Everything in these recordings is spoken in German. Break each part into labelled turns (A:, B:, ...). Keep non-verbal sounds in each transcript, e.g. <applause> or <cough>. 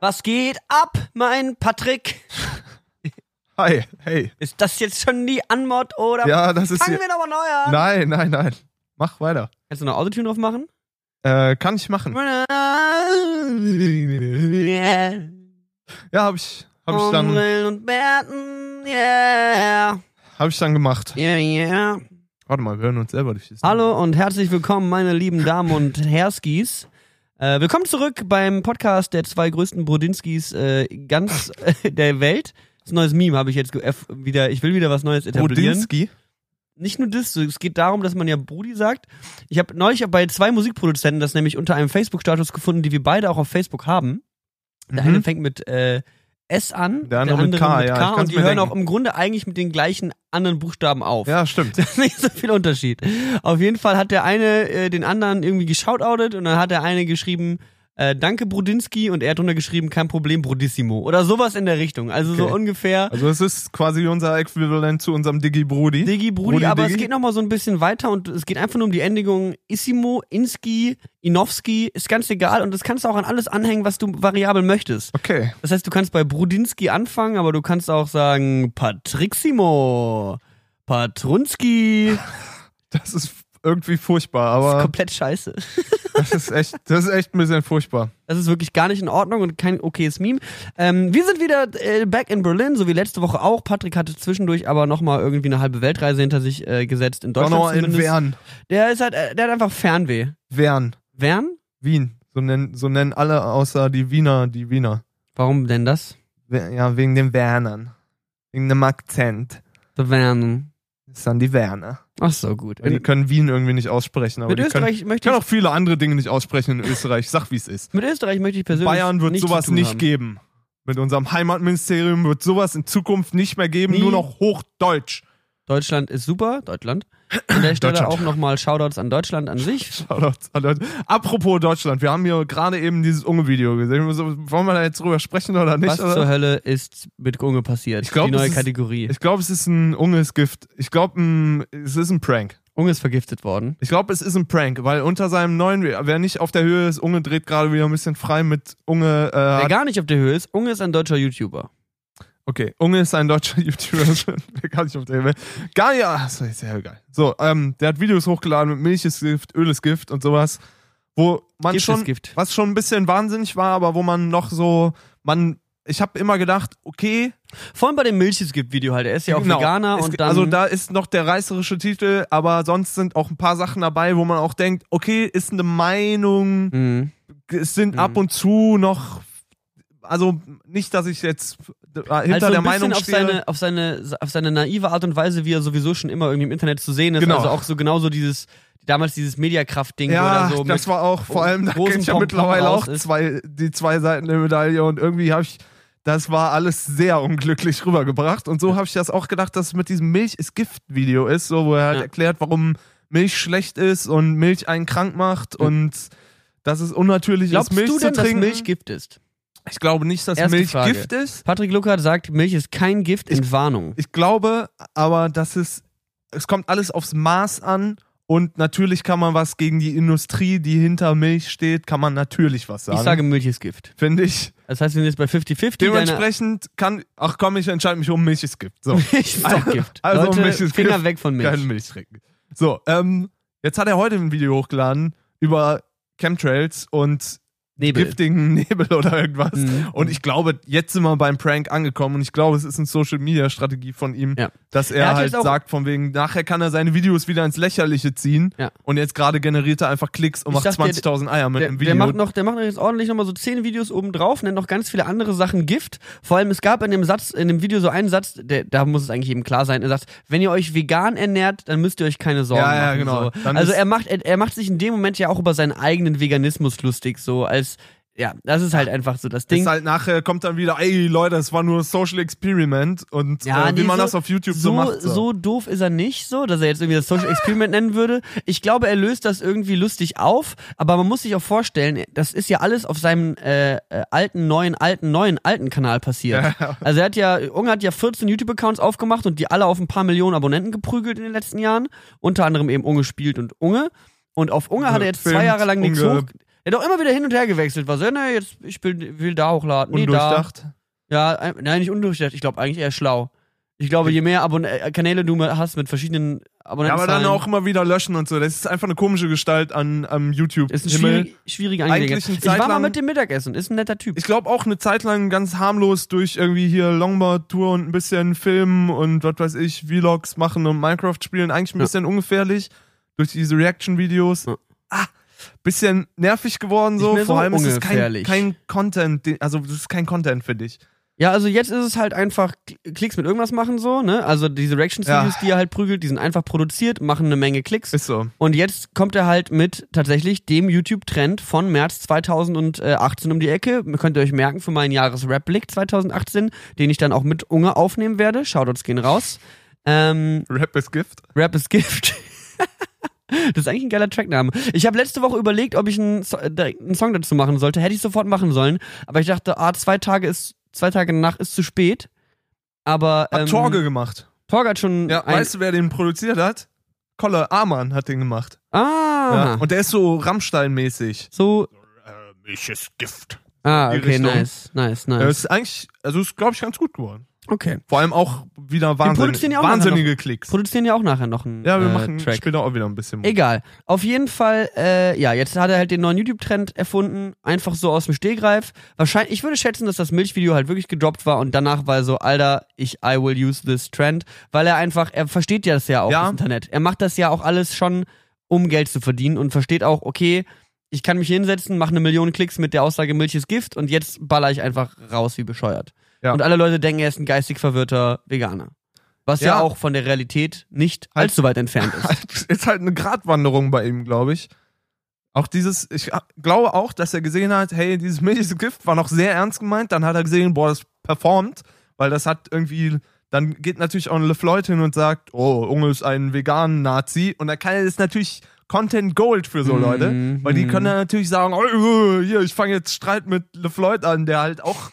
A: Was geht ab, mein Patrick?
B: Hi, hey.
A: Ist das jetzt schon die Anmod oder
B: Ja, das ist
A: fangen
B: hier.
A: wir nochmal neu an?
B: Nein, nein, nein. Mach weiter.
A: Kannst du eine Autotune drauf machen?
B: Äh, kann ich machen. Ja, habe ich, hab ich, dann,
A: Hummeln und Bärten, yeah.
B: hab ich dann gemacht.
A: Yeah, yeah.
B: Warte mal, wir hören uns selber durch. das-
A: Hallo und herzlich willkommen, meine lieben Damen und Herskis. Äh, willkommen zurück beim Podcast der zwei größten Brodinskis äh, ganz <laughs> äh, der Welt. Das neues Meme habe ich jetzt ge- erf- wieder. Ich will wieder was Neues etablieren.
B: Rodinski.
A: nicht nur das, so, es geht darum, dass man ja Brudi sagt. Ich habe neulich bei zwei Musikproduzenten das nämlich unter einem Facebook-Status gefunden, die wir beide auch auf Facebook haben. Der eine fängt mit äh, S an,
B: Mhm. Der andere mit K, ja, ich kann's
A: und die
B: mir
A: hören
B: denken.
A: auch im Grunde eigentlich mit den gleichen anderen Buchstaben auf.
B: Ja, stimmt.
A: Das ist <laughs> nicht so viel Unterschied. Auf jeden Fall hat der eine äh, den anderen irgendwie geshoutoutet und dann hat der eine geschrieben, äh, danke Brudinski und er hat drunter geschrieben, kein Problem, Brudissimo. Oder sowas in der Richtung. Also so
B: Okay.
A: ungefähr.
B: Also es ist quasi unser Äquivalent zu unserem Diggi Brudi.
A: Diggi, Brudi,
B: Brudi,
A: aber es
B: Diggi.
A: geht nochmal so ein bisschen weiter und es geht einfach nur um die Endungen Issimo, Inski, Inowski, ist ganz egal und das kannst du auch an alles anhängen, was du variabel möchtest.
B: Okay.
A: Das heißt, du kannst bei Brudinski anfangen, aber du kannst auch sagen Patriximo, Patrunski,
B: Das ist irgendwie furchtbar,
A: das ist
B: aber
A: komplett scheiße.
B: das ist echt, das ist echt ein bisschen furchtbar.
A: Das ist wirklich gar nicht in Ordnung und kein okayes Meme. Ähm, wir sind wieder äh, back in Berlin, so wie letzte Woche auch. Patrick hatte zwischendurch aber nochmal irgendwie eine halbe Weltreise hinter sich äh, gesetzt, in Deutschland
B: Donau in
A: zumindest.
B: Wern.
A: Der, ist halt, äh, der hat einfach Fernweh.
B: Wern.
A: Wern?
B: Wien. So nennen, so nennen alle außer die Wiener die Wiener.
A: Warum denn das?
B: We- Ja, wegen den Wernern. Wegen dem Akzent.
A: The Vernon.
B: Das sind die Werner.
A: Ach so, gut.
B: Weil Äh, die
A: In,
B: können Wien irgendwie nicht aussprechen. Aber
A: mit,
B: die können,
A: Österreich möchte
B: können auch
A: ich,
B: viele andere Dinge nicht aussprechen in Österreich. Ich Sag, wie es ist.
A: mit Österreich möchte ich persönlich
B: Bayern wird
A: nichts
B: sowas
A: zu tun
B: nicht
A: haben.
B: geben. Mit unserem Heimatministerium wird sowas in Zukunft nicht mehr geben.
A: Nie.
B: Nur noch Hochdeutsch.
A: Deutschland ist super, Deutschland. An der Stelle
B: Deutschland.
A: auch nochmal Shoutouts an Deutschland an sich.
B: Shoutouts an Deutschland. Apropos Deutschland. Wir haben hier gerade eben dieses Unge-Video gesehen. So, Wollen wir da jetzt drüber sprechen oder nicht?
A: Was zur
B: Oder?
A: Hölle ist mit Gunge passiert?
B: Ich glaub,
A: Die neue
B: das ist-
A: Kategorie.
B: Ich glaube, es ist ein unges Gift. Ich glaube, es ist ein Prank.
A: Unge ist vergiftet worden.
B: Ich glaube, es ist ein Prank, weil unter seinem neuen, wer nicht auf der Höhe ist, Unge dreht gerade wieder ein bisschen frei mit Unge. Äh,
A: Wer
B: hat-
A: gar nicht auf der Höhe ist, Unge ist ein deutscher YouTuber.
B: okay, Unge ist ein deutscher <laughs> YouTuber, wer gar nicht auf der Höhe ist. Gar ja, das ist ja geil. So, ähm, der hat Videos hochgeladen mit Milch ist Gift, Öl ist Gift und sowas, wo man
A: Gift
B: schon,
A: ist Gift.
B: was schon ein bisschen wahnsinnig war, aber wo man noch so, man, ich habe immer gedacht, okay,
A: Vor allem bei dem Milch es gibt Video halt. Er ist ja auch
B: Genau.
A: Veganer
B: Es-
A: und dann.
B: also da ist noch der reißerische Titel, aber sonst sind auch ein paar Sachen dabei, wo man auch denkt, okay, ist eine Meinung.
A: Mhm.
B: es sind
A: Mhm.
B: ab und zu noch, also nicht, dass ich jetzt äh, hinter
A: also
B: der
A: ein bisschen
B: Meinung
A: auf
B: stehe.
A: seine, auf seine auf seine naive Art und Weise, wie er sowieso schon immer irgendwie im Internet zu sehen ist.
B: Genau.
A: Also auch so genauso dieses damals dieses Mediakraft-Ding
B: ja,
A: oder so.
B: das war auch vor allem, da
A: großen
B: kenne ich ja
A: Pompon
B: mittlerweile
A: raus
B: auch
A: ist.
B: zwei, die zwei Seiten der Medaille und irgendwie habe ich, das war alles sehr unglücklich rübergebracht und so habe ich das auch gedacht, dass es mit diesem Milch ist Gift-Video ist, so, wo er halt
A: Ja.
B: erklärt, warum Milch schlecht ist und Milch einen krank macht und dass es unnatürlich
A: Glaubst
B: ist, Milch
A: du denn,
B: zu trinken.
A: dass Milch Gift ist?
B: ich glaube nicht, dass
A: Erste
B: Milch
A: Frage.
B: Gift ist.
A: Patrick Luckert sagt, Milch ist kein Gift in Warnung.
B: Ich glaube aber, dass es, es kommt alles aufs Maß an und natürlich kann man was gegen die Industrie, die hinter Milch steht, kann man natürlich was
A: Ich
B: sagen.
A: sage, Milch ist Gift.
B: Finde ich.
A: Das heißt, wir sind jetzt bei 50-50. deine-
B: Dementsprechend kann, ach komm, ich entscheide mich um Milch, es gibt. So.
A: <laughs> Milch ist doch Gift.
B: Also
A: Leute,
B: Milch ist
A: Finger
B: Gift.
A: weg von
B: Keine
A: Milch.
B: Milch trinken. So, ähm, jetzt hat er heute ein Video hochgeladen über Chemtrails und
A: Nebel.
B: giftigen <laughs> Nebel oder irgendwas.
A: Mhm.
B: Und ich glaube, jetzt sind wir beim Prank angekommen und ich glaube, es ist eine Social Media Strategie von ihm,
A: Ja.
B: dass er,
A: Er hat
B: halt
A: jetzt auch-
B: sagt, von wegen, nachher kann er seine Videos wieder ins Lächerliche ziehen
A: Ja.
B: und jetzt gerade generiert er einfach Klicks und
A: Ich
B: macht
A: dachte,
B: 20.000 Eier mit
A: Der,
B: einem Video.
A: der macht noch, der macht noch jetzt ordentlich nochmal so zehn Videos oben drauf, nennt noch ganz viele andere Sachen Gift. Vor allem, es gab in dem Satz, in dem Video so einen Satz, der, da muss es eigentlich eben klar sein. Er sagt, wenn ihr euch vegan ernährt, dann müsst ihr euch keine Sorgen
B: Ja, ja,
A: machen.
B: genau.
A: So.
B: Dann
A: Also
B: ist-
A: er macht, er, er macht sich in dem Moment ja auch über seinen eigenen Veganismus lustig, so als, ja, das ist halt einfach so das Ding.
B: ist halt nachher kommt dann wieder, ey Leute, es war nur Social Experiment und
A: Ja,
B: äh, wie
A: nee,
B: man
A: so-
B: das auf YouTube so,
A: so,
B: macht. So.
A: so doof ist er nicht, so, dass er jetzt irgendwie das Social Experiment nennen würde. Ich glaube, er löst das irgendwie lustig auf, aber man muss sich auch vorstellen, das ist ja alles auf seinem äh, äh, alten, neuen, alten, neuen, alten Kanal <laughs> passiert.
B: <laughs>
A: Also er hat ja, Unge hat ja 14 YouTube-Accounts aufgemacht und die alle auf ein paar Millionen Abonnenten geprügelt in den letzten Jahren. Unter anderem eben Unge spielt und Unge. Und auf Unge hat er jetzt zwei
B: Filmt,
A: Jahre lang nichts
B: Unge
A: hoch. Er hat auch immer wieder hin und her gewechselt. War so, ne, jetzt, ich will, will da hochladen. Nee, da.
B: Undurchdacht.
A: Ja, ein- nein, nicht undurchdacht. Ich glaube eigentlich eher schlau. Ich glaube, je mehr Abon äh, Kanäle du mal hast mit verschiedenen
B: Ja,
A: Abonnenten.
B: aber dann auch immer wieder löschen und so. Das ist einfach eine komische Gestalt an, am YouTube.
A: Ist ein
B: Himmel.
A: schwierig, schwierige
B: Eigentlich
A: Angelegenheit.
B: eine
A: Ich
B: Zeit
A: war mal
B: lang-
A: mit dem Mittagessen. Ist ein netter Typ.
B: Ich glaube auch eine Zeit lang ganz harmlos durch irgendwie hier Longboard-Tour und ein bisschen Filmen und was weiß ich, Vlogs machen und Minecraft spielen. Eigentlich ein
A: Ja.
B: bisschen ungefährlich durch diese Reaction-Videos.
A: Ja.
B: Ah, bisschen nervig geworden
A: Nicht
B: so.
A: mehr
B: Vor
A: so
B: allem ist es kein,
A: ungefährlich.
B: kein Content, den- also das ist kein Content für dich.
A: Ja, also jetzt ist es halt einfach Kl- Klicks mit irgendwas machen so, ne? Also diese Reaction-Videos,
B: Ja.
A: die er halt prügelt, die sind einfach produziert, machen eine Menge Klicks.
B: Ist so.
A: und jetzt kommt er halt mit tatsächlich dem YouTube-Trend von März 2018 um die Ecke. Könnt ihr euch merken für meinen Jahres-Rap-Blick 2018, den ich dann auch mit Unge aufnehmen werde. Shoutouts gehen raus. Ähm,
B: Rap ist Gift.
A: Rap ist Gift. <laughs> Das ist eigentlich ein geiler Trackname. Ich habe letzte Woche überlegt, ob ich einen, So- äh, direkt einen Song dazu machen sollte. Hätte ich sofort machen sollen. Aber ich dachte, ah, zwei Tage ist, zwei Tage nach ist zu spät. Aber
B: Hat
A: ähm,
B: Torge gemacht.
A: Torge hat schon.
B: Ja,
A: ein,
B: weißt du, wer den produziert hat? Kolle Amann hat den gemacht. Ja.
A: ah,
B: Und der ist so Rammstein-mäßig.
A: so.
B: Äh, Milch ist Gift.
A: Ah,
B: die
A: okay,
B: Richtung.
A: nice, nice,
B: Ja,
A: nice.
B: ist eigentlich, also ist, glaube ich, ganz gut geworden.
A: Okay.
B: Vor allem auch wieder
A: produzieren
B: wahnsinnig,
A: ja auch
B: wahnsinnige Klicks.
A: Produzieren ja auch nachher noch einen
B: Ja, wir
A: äh,
B: machen
A: Track.
B: später auch wieder ein bisschen. Musik.
A: Egal. Auf jeden Fall, äh, ja, jetzt hat er halt den neuen YouTube-Trend erfunden, einfach so aus dem Stehgreif. Wahrscheinlich, ich würde schätzen, dass das Milchvideo halt wirklich gedroppt war und danach war er so, Alter, ich I will use this trend, weil er einfach, er versteht ja das ja auch
B: Ja.
A: das Internet. Er macht das ja auch alles schon, um Geld zu verdienen und versteht auch, okay, ich kann mich hier hinsetzen, mache eine Million Klicks mit der Aussage Milch ist Gift und jetzt baller ich einfach raus wie bescheuert.
B: Ja.
A: Und alle Leute denken, er ist ein geistig verwirrter Veganer. Was ja,
B: Ja.
A: auch von der Realität nicht
B: Halt-
A: allzu weit entfernt ist.
B: <laughs> Ist halt eine Gratwanderung bei ihm, glaube ich. Auch dieses, ich glaube auch, dass er gesehen hat, hey, dieses Milch ist Gift war noch sehr ernst gemeint. Dann hat er gesehen, boah, das performt, weil das hat irgendwie, dann geht natürlich auch ein LeFloid hin und sagt, oh, Unge ist ein veganer Nazi. Und da kann er das natürlich Content Gold für so Leute,
A: Mhm.
B: weil die können dann natürlich sagen, oh, hier, ich fange jetzt Streit mit LeFloid an, der halt auch,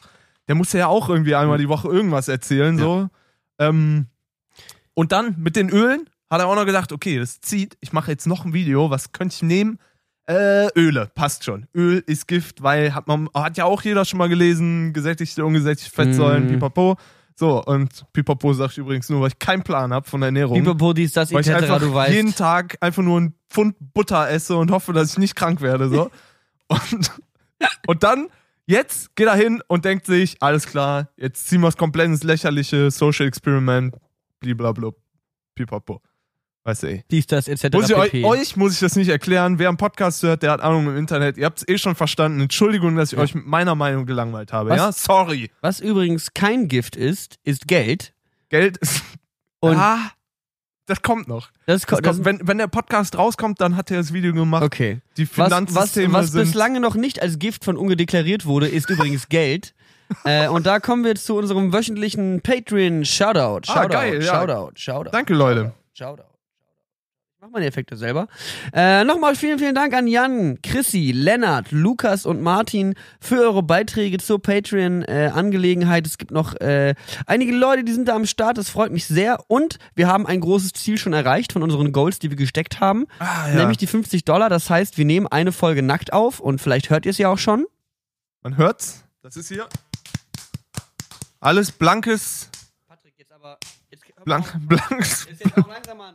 B: der muss ja auch irgendwie einmal die Woche irgendwas erzählen, so. Ähm, und dann mit den Ölen hat er auch noch gedacht, okay, das zieht. Ich mache jetzt noch ein Video. Was könnte ich nehmen? Äh, Öle, passt schon. Öl ist Gift, weil hat man hat ja auch jeder schon mal gelesen, gesättigte, ungesättigte Fettsäuren,
A: Mm.
B: pipapo. So, und pipapo sag ich übrigens nur, weil ich keinen Plan habe von Ernährung.
A: Pipapo, dies, das,
B: weil ich
A: etc.,
B: einfach
A: du weißt.
B: jeden Tag einfach nur einen Pfund Butter esse und hoffe, dass ich nicht krank werde.
A: <laughs>
B: So. und, und dann, jetzt geht er hin und denkt sich, alles klar, jetzt ziehen wir es komplett ins lächerliche Social Experiment, blablabla, pipapo. Weißt du eh.
A: dies, das, etc.
B: Muss ich euch,
A: pp.
B: euch muss ich das nicht erklären. Wer einen Podcast hört, der hat Ahnung im Internet. Ihr habt es eh schon verstanden. Entschuldigung, dass ich
A: Ja.
B: euch mit meiner Meinung gelangweilt habe.
A: Was?
B: Ja, sorry.
A: Was übrigens kein Gift ist, ist Geld.
B: Geld ist.
A: Und
B: ah, das kommt noch.
A: das,
B: Das
A: ko- das
B: kommt, wenn, wenn der Podcast rauskommt, dann hat er das Video gemacht.
A: Okay.
B: Die
A: Was, was,
B: Finanzsysteme
A: was
B: sind.
A: bislang noch nicht als Gift von Unge deklariert wurde, ist übrigens
B: <laughs>
A: Geld. Äh, und da kommen wir zu unserem wöchentlichen Patreon-Shoutout. Shoutout,
B: Ah, geil, ja.
A: Shoutout, Shoutout.
B: Danke, Leute.
A: Shoutout. Ich mach mal die Effekte selber. Äh, Nochmal vielen, vielen Dank an Jan, Chrissy, Lennart, Lukas und Martin für eure Beiträge zur Patreon-Angelegenheit. es gibt noch äh, einige Leute, die sind da am Start. Das freut mich sehr. Und wir haben ein großes Ziel schon erreicht von unseren Goals, die wir gesteckt haben.
B: Ah,
A: Nämlich die 50 Dollar. Das heißt, wir nehmen eine Folge nackt auf und vielleicht hört ihr es ja auch schon.
B: Man hört's. Das ist hier. Alles blankes,
A: Patrick, jetzt aber. Jetzt,
B: blank, <laughs> blankes,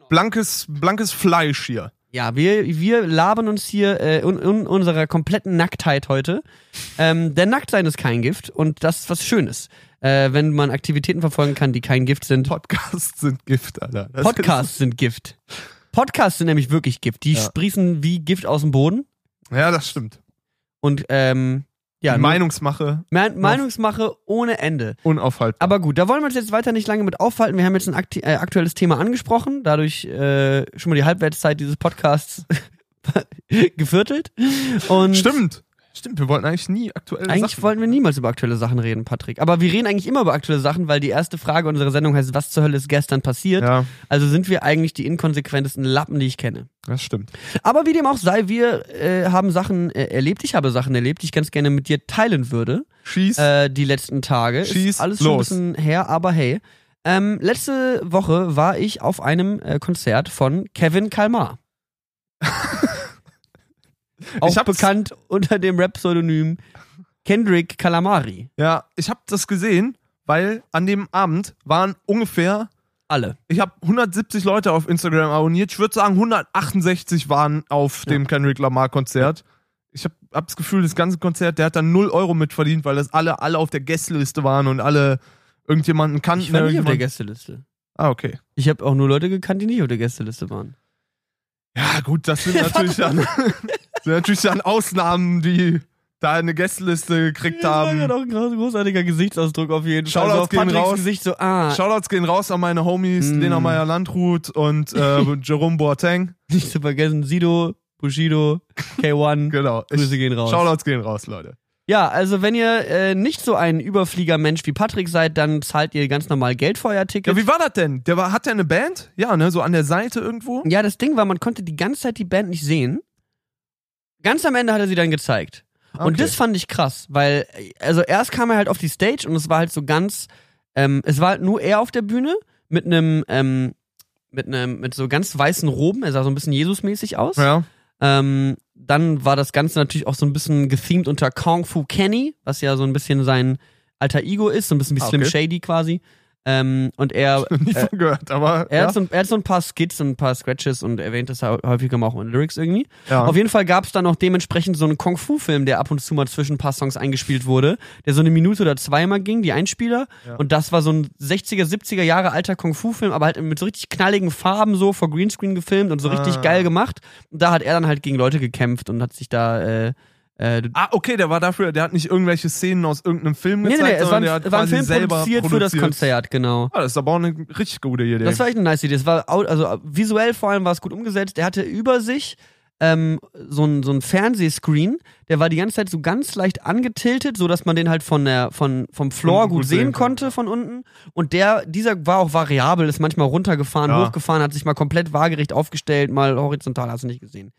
B: blankes, blankes Fleisch hier.
A: Ja, wir, wir labern uns hier äh, in, in unserer kompletten Nacktheit heute. Ähm, denn Nacktsein ist kein Gift und das ist was Schönes. Äh, wenn man Aktivitäten verfolgen kann, die kein Gift sind.
B: Podcasts sind Gift, Alter. Das
A: Podcasts sind Gift. Podcasts sind nämlich wirklich Gift. Die
B: Ja.
A: sprießen wie Gift aus dem Boden.
B: Ist, ja, das stimmt.
A: Und ähm, ja,
B: Die Meinungsmache
A: Mein- Meinungsmache ohne Ende.
B: unaufhaltbar.
A: Aber gut, da wollen wir uns jetzt weiter nicht lange mit aufhalten. Wir haben jetzt ein akti- äh, aktuelles Thema angesprochen, dadurch äh, schon mal die Halbwertszeit dieses Podcasts <laughs> geviertelt. Und
B: stimmt. Stimmt, wir wollten eigentlich nie aktuell.
A: Eigentlich
B: Sachen.
A: wollten wir niemals über aktuelle Sachen reden, Patrick. Aber wir reden eigentlich immer über aktuelle Sachen, weil die erste Frage unserer Sendung heißt, was zur Hölle ist gestern passiert?
B: Ja,
A: Also sind wir eigentlich die inkonsequentesten Lappen, die ich kenne.
B: das stimmt.
A: Aber wie dem auch sei, wir äh, haben Sachen äh, erlebt. Ich habe Sachen erlebt, die ich ganz gerne mit dir teilen würde
B: Schieß.
A: äh, die letzten Tage.
B: Schieß
A: ist alles
B: los.
A: schon ein bisschen her, aber hey. Ähm, letzte Woche war ich auf einem äh, Konzert von Kevin Kalmar. Auch
B: <laughs> Ich hab's-
A: bekannt unter dem Rap-Pseudonym Kendrick Calamari.
B: Ja, ich habe das gesehen, weil an dem Abend waren ungefähr,
A: Alle.
B: ich habe 170 Leute auf Instagram abonniert. Ich würde sagen, 168 waren auf dem Kendrick Lamar Konzert. Ich habe hab das Gefühl, das ganze Konzert, der hat dann 0 Euro mitverdient, weil das alle, alle auf der Gästeliste waren und alle irgendjemanden kannten.
A: Ich war nicht auf der
B: irgendjemand-
A: Gästeliste.
B: ah, okay.
A: Ich habe auch nur Leute gekannt, die nicht auf der Gästeliste waren.
B: Ja, gut, das sind
A: <laughs>
B: natürlich dann, sind natürlich dann Ausnahmen, die da eine Gästeliste gekriegt haben.
A: auch ein großartiger Gesichtsausdruck auf jeden
B: Fall. Also auf Patricks
A: Gesicht so, ah,
B: Shoutouts gehen raus an meine Homies,
A: Mm.
B: Lena Meyer Landrut und äh,
A: <laughs>
B: Jerome Boateng.
A: nicht zu vergessen, Sido, Bushido, K1,
B: Genau. Ich,
A: Grüße gehen raus.
B: Shoutouts gehen raus, Leute.
A: Ja, also wenn ihr äh, nicht so ein Überfliegermensch wie Patrick seid, dann zahlt ihr ganz normal Geld für euer Ticket.
B: Ja, wie war das denn? Der war, hat der eine Band? Ja, ne, so an der Seite irgendwo.
A: Ja, das Ding war, man konnte die ganze Zeit die Band nicht sehen. Ganz am Ende hat er sie dann gezeigt. Und
B: Ah, Okay.
A: das fand ich krass, weil, also erst kam er halt auf die Stage und es war halt so ganz, ähm, es war halt nur er auf der Bühne mit einem, ähm, mit einem, mit so ganz weißen Roben, er sah so ein bisschen Jesusmäßig aus.
B: Ja.
A: Ähm, dann war das Ganze natürlich auch so ein bisschen gethemed unter Kung Fu Kenny, was ja so ein bisschen sein alter Ego ist, so ein bisschen wie
B: Ah,
A: Slim
B: okay.
A: Shady quasi. Ähm, und
B: <laughs>
A: er,
B: Nie von gehört, aber.
A: er,
B: ja.
A: hat so ein, er hat so ein paar Skits und ein paar Scratches und erwähnt das hau- häufiger mal auch in Lyrics irgendwie.
B: ja.
A: Auf jeden Fall gab es dann auch dementsprechend so einen Kung-Fu-Film, der ab und zu mal zwischen ein paar Songs eingespielt wurde, der so eine Minute oder zweimal ging, die Einspieler.
B: Ja.
A: Und das war so ein 60er, 70er Jahre alter Kung-Fu-Film, aber halt mit so richtig knalligen Farben so vor Greenscreen gefilmt und so richtig
B: Ah.
A: geil gemacht. Und da hat er dann halt gegen Leute gekämpft und hat sich da. Äh, äh,
B: ah, okay, der war dafür, der hat nicht irgendwelche Szenen aus irgendeinem Film
A: nee, nee,
B: gezeigt,
A: nee, es war
B: sondern
A: ein,
B: der hat
A: es war ein
B: quasi
A: Film
B: selber
A: produziert, für das Konzert, genau.
B: Ah, das ist aber auch eine richtig gute Idee.
A: Das war echt eine nice Idee. Das war au- also visuell vor allem war es gut umgesetzt. Er hatte über sich ähm, so ein so ein Fernsehscreen, der war die ganze Zeit so ganz leicht angetiltet, so dass man den halt von der von vom Floor
B: Unten
A: gut,
B: gut
A: sehen
B: sehen
A: konnte von unten. Und der dieser war auch variabel, ist manchmal runtergefahren,
B: Ja.
A: hochgefahren, hat sich mal komplett waagerecht aufgestellt, mal horizontal, hast du nicht gesehen.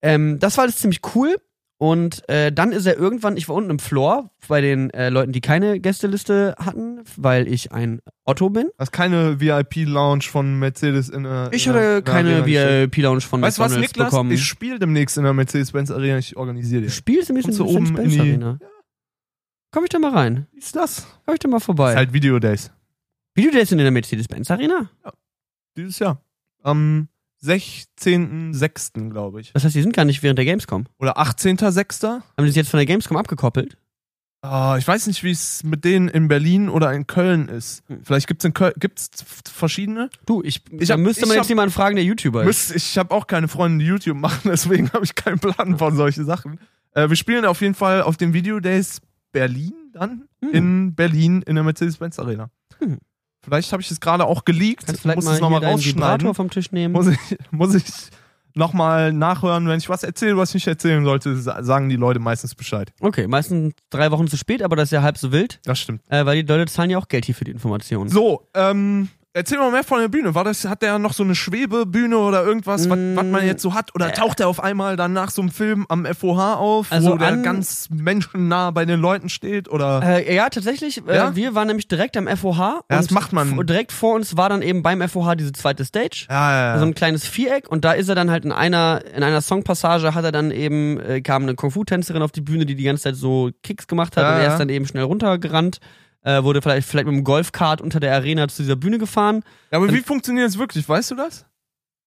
A: Ähm, das war alles ziemlich cool. Und äh, dann ist er irgendwann, ich war unten im Floor bei den äh, Leuten, die keine Gästeliste hatten, weil ich ein Otto bin.
B: das ist keine VIP-Lounge von Mercedes in der.
A: Ich
B: in der-
A: hatte
B: in der Arena
A: keine
B: gestellt.
A: VIP-Lounge von
B: Weißt du was,
A: McDonalds
B: Niklas?
A: bekommen.
B: Ich spiele demnächst in der Mercedes-Benz Arena. Ich organisiere dir.
A: Du spielst ein bisschen
B: Kommst du
A: Mercedes
B: oben in
A: Benz
B: die-
A: Arena. Komm ich da mal rein?
B: Wie ist das?
A: Komm ich da mal
B: Ist
A: vorbei?
B: halt Video Days.
A: Wie du jetzt in der Mercedes-Benz Arena?
B: Dieses Jahr. Am 16.06. glaube ich.
A: Das heißt, die sind gar nicht während der Gamescom.
B: Oder 18.06.
A: Haben die sich jetzt von der Gamescom abgekoppelt?
B: Ah, ich weiß nicht, wie es mit denen in Berlin oder in Köln ist.
A: Hm.
B: Vielleicht gibt es in Köln gibt's f- verschiedene.
A: Du, ich,
B: Ich
A: da
B: hab-
A: müsste
B: ich
A: man
B: hab-
A: jetzt jemanden fragen, der YouTuber ist.
B: Müsst, ich habe auch keine Freunde, die YouTube machen, <laughs> deswegen habe ich keinen Plan von solchen Sachen. Äh, wir spielen auf jeden Fall auf den Video Days Berlin dann.
A: Hm.
B: In Berlin in der Mercedes-Benz Arena.
A: Hm.
B: Vielleicht habe ich es gerade auch geleakt.
A: Kannst du vielleicht
B: muss
A: mal,
B: es
A: hier
B: nochmal
A: deinen
B: rausschneiden. <laughs>
A: Vibrator vom Tisch nehmen?
B: Muss ich, muss ich nochmal nachhören, wenn ich was erzähle, was ich nicht erzählen sollte, sa- sagen die Leute meistens Bescheid.
A: Okay, meistens drei Wochen zu spät, aber das ist ja halb so wild,
B: Das stimmt.
A: äh, weil die Leute zahlen ja auch Geld hier für die Informationen.
B: So, ähm, erzähl mal mehr von der Bühne. War das, hat der noch so eine Schwebebühne oder irgendwas, was
A: Mm,
B: was man jetzt so hat? Oder taucht er auf einmal dann nach so einem Film am FOH auf,
A: Also
B: wo der
A: an-
B: ganz menschennah bei den Leuten steht? Oder
A: Äh, ja, tatsächlich. Äh,
B: Ja?
A: Wir waren nämlich direkt am FOH.
B: das
A: und
B: macht man.
A: f- Direkt vor uns war dann eben beim FOH diese zweite Stage.
B: ja,
A: so ein kleines Viereck und da ist er dann halt in einer in einer Songpassage hat er dann eben äh, kam eine Kung Fu Tänzerin auf die Bühne, die die ganze Zeit so Kicks gemacht hat
B: Ja,
A: und er ist
B: ja.
A: dann eben schnell runtergerannt, äh, wurde vielleicht vielleicht mit dem Golfkart unter der Arena zu dieser Bühne gefahren.
B: ja, aber wie funktioniert das wirklich? Weißt du das?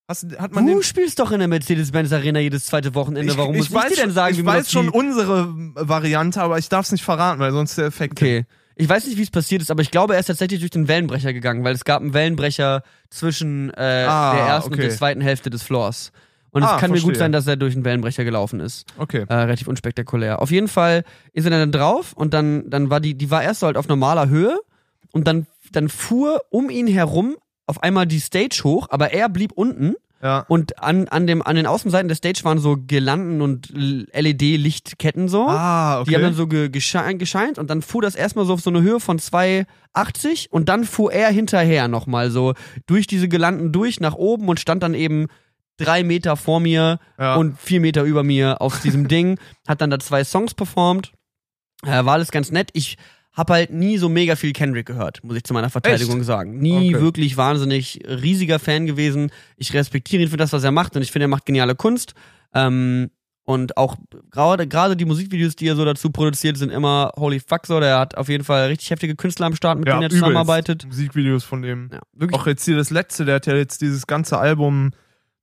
B: Hast, du- hat man
A: Du
B: den,
A: spielst doch in der Mercedes-Benz Arena jedes zweite Wochenende. Warum muss ich dir denn
B: schon-
A: sagen,
B: ich
A: wie man
B: weiß
A: auf
B: schon
A: die,
B: unsere Variante, aber ich darf es nicht verraten, weil sonst der Effekt.
A: Okay. Ich weiß nicht, wie es passiert ist, aber ich glaube, er ist tatsächlich durch den Wellenbrecher gegangen, weil es gab einen Wellenbrecher zwischen äh,
B: Ah,
A: der ersten und
B: okay.
A: der zweiten Hälfte des Floors. Und es
B: Ah,
A: kann mir gut
B: verstehe.
A: sein, dass er durch den Wellenbrecher gelaufen ist.
B: Okay.
A: Äh, relativ unspektakulär. Auf jeden Fall ist er dann drauf und dann, dann war die, die war erst so halt auf normaler Höhe und dann, dann fuhr um ihn herum auf einmal die Stage hoch, aber er blieb unten
B: Ja.
A: und an, an, dem, an den Außenseiten der Stage waren so Girlanden und LED-Lichtketten so.
B: Ah,
A: Die haben dann so ge gescheint, gescheint und dann fuhr das erstmal so auf so eine Höhe von 2,80 und dann fuhr er hinterher nochmal so durch diese Gelanden durch nach oben und stand dann eben drei Meter vor mir
B: ja.
A: und vier Meter über mir auf
B: <laughs>
A: diesem Ding. Hat dann da zwei Songs performt. Äh, war alles ganz nett. Ich habe halt nie so mega viel Kendrick gehört, muss ich zu meiner Verteidigung sagen. Nie
B: Okay.
A: wirklich wahnsinnig riesiger Fan gewesen. Ich respektiere ihn für das, was er macht und ich finde, er macht geniale Kunst. Ähm, Und auch gerade gerade die Musikvideos, die er so dazu produziert, sind immer holy fuck so. Der hat auf jeden Fall richtig heftige Künstler am Start, mit denen er
B: übelst.
A: zusammenarbeitet.
B: Musikvideos von dem.
A: Ja, wirklich.
B: Auch jetzt hier das letzte, der hat ja jetzt dieses ganze Album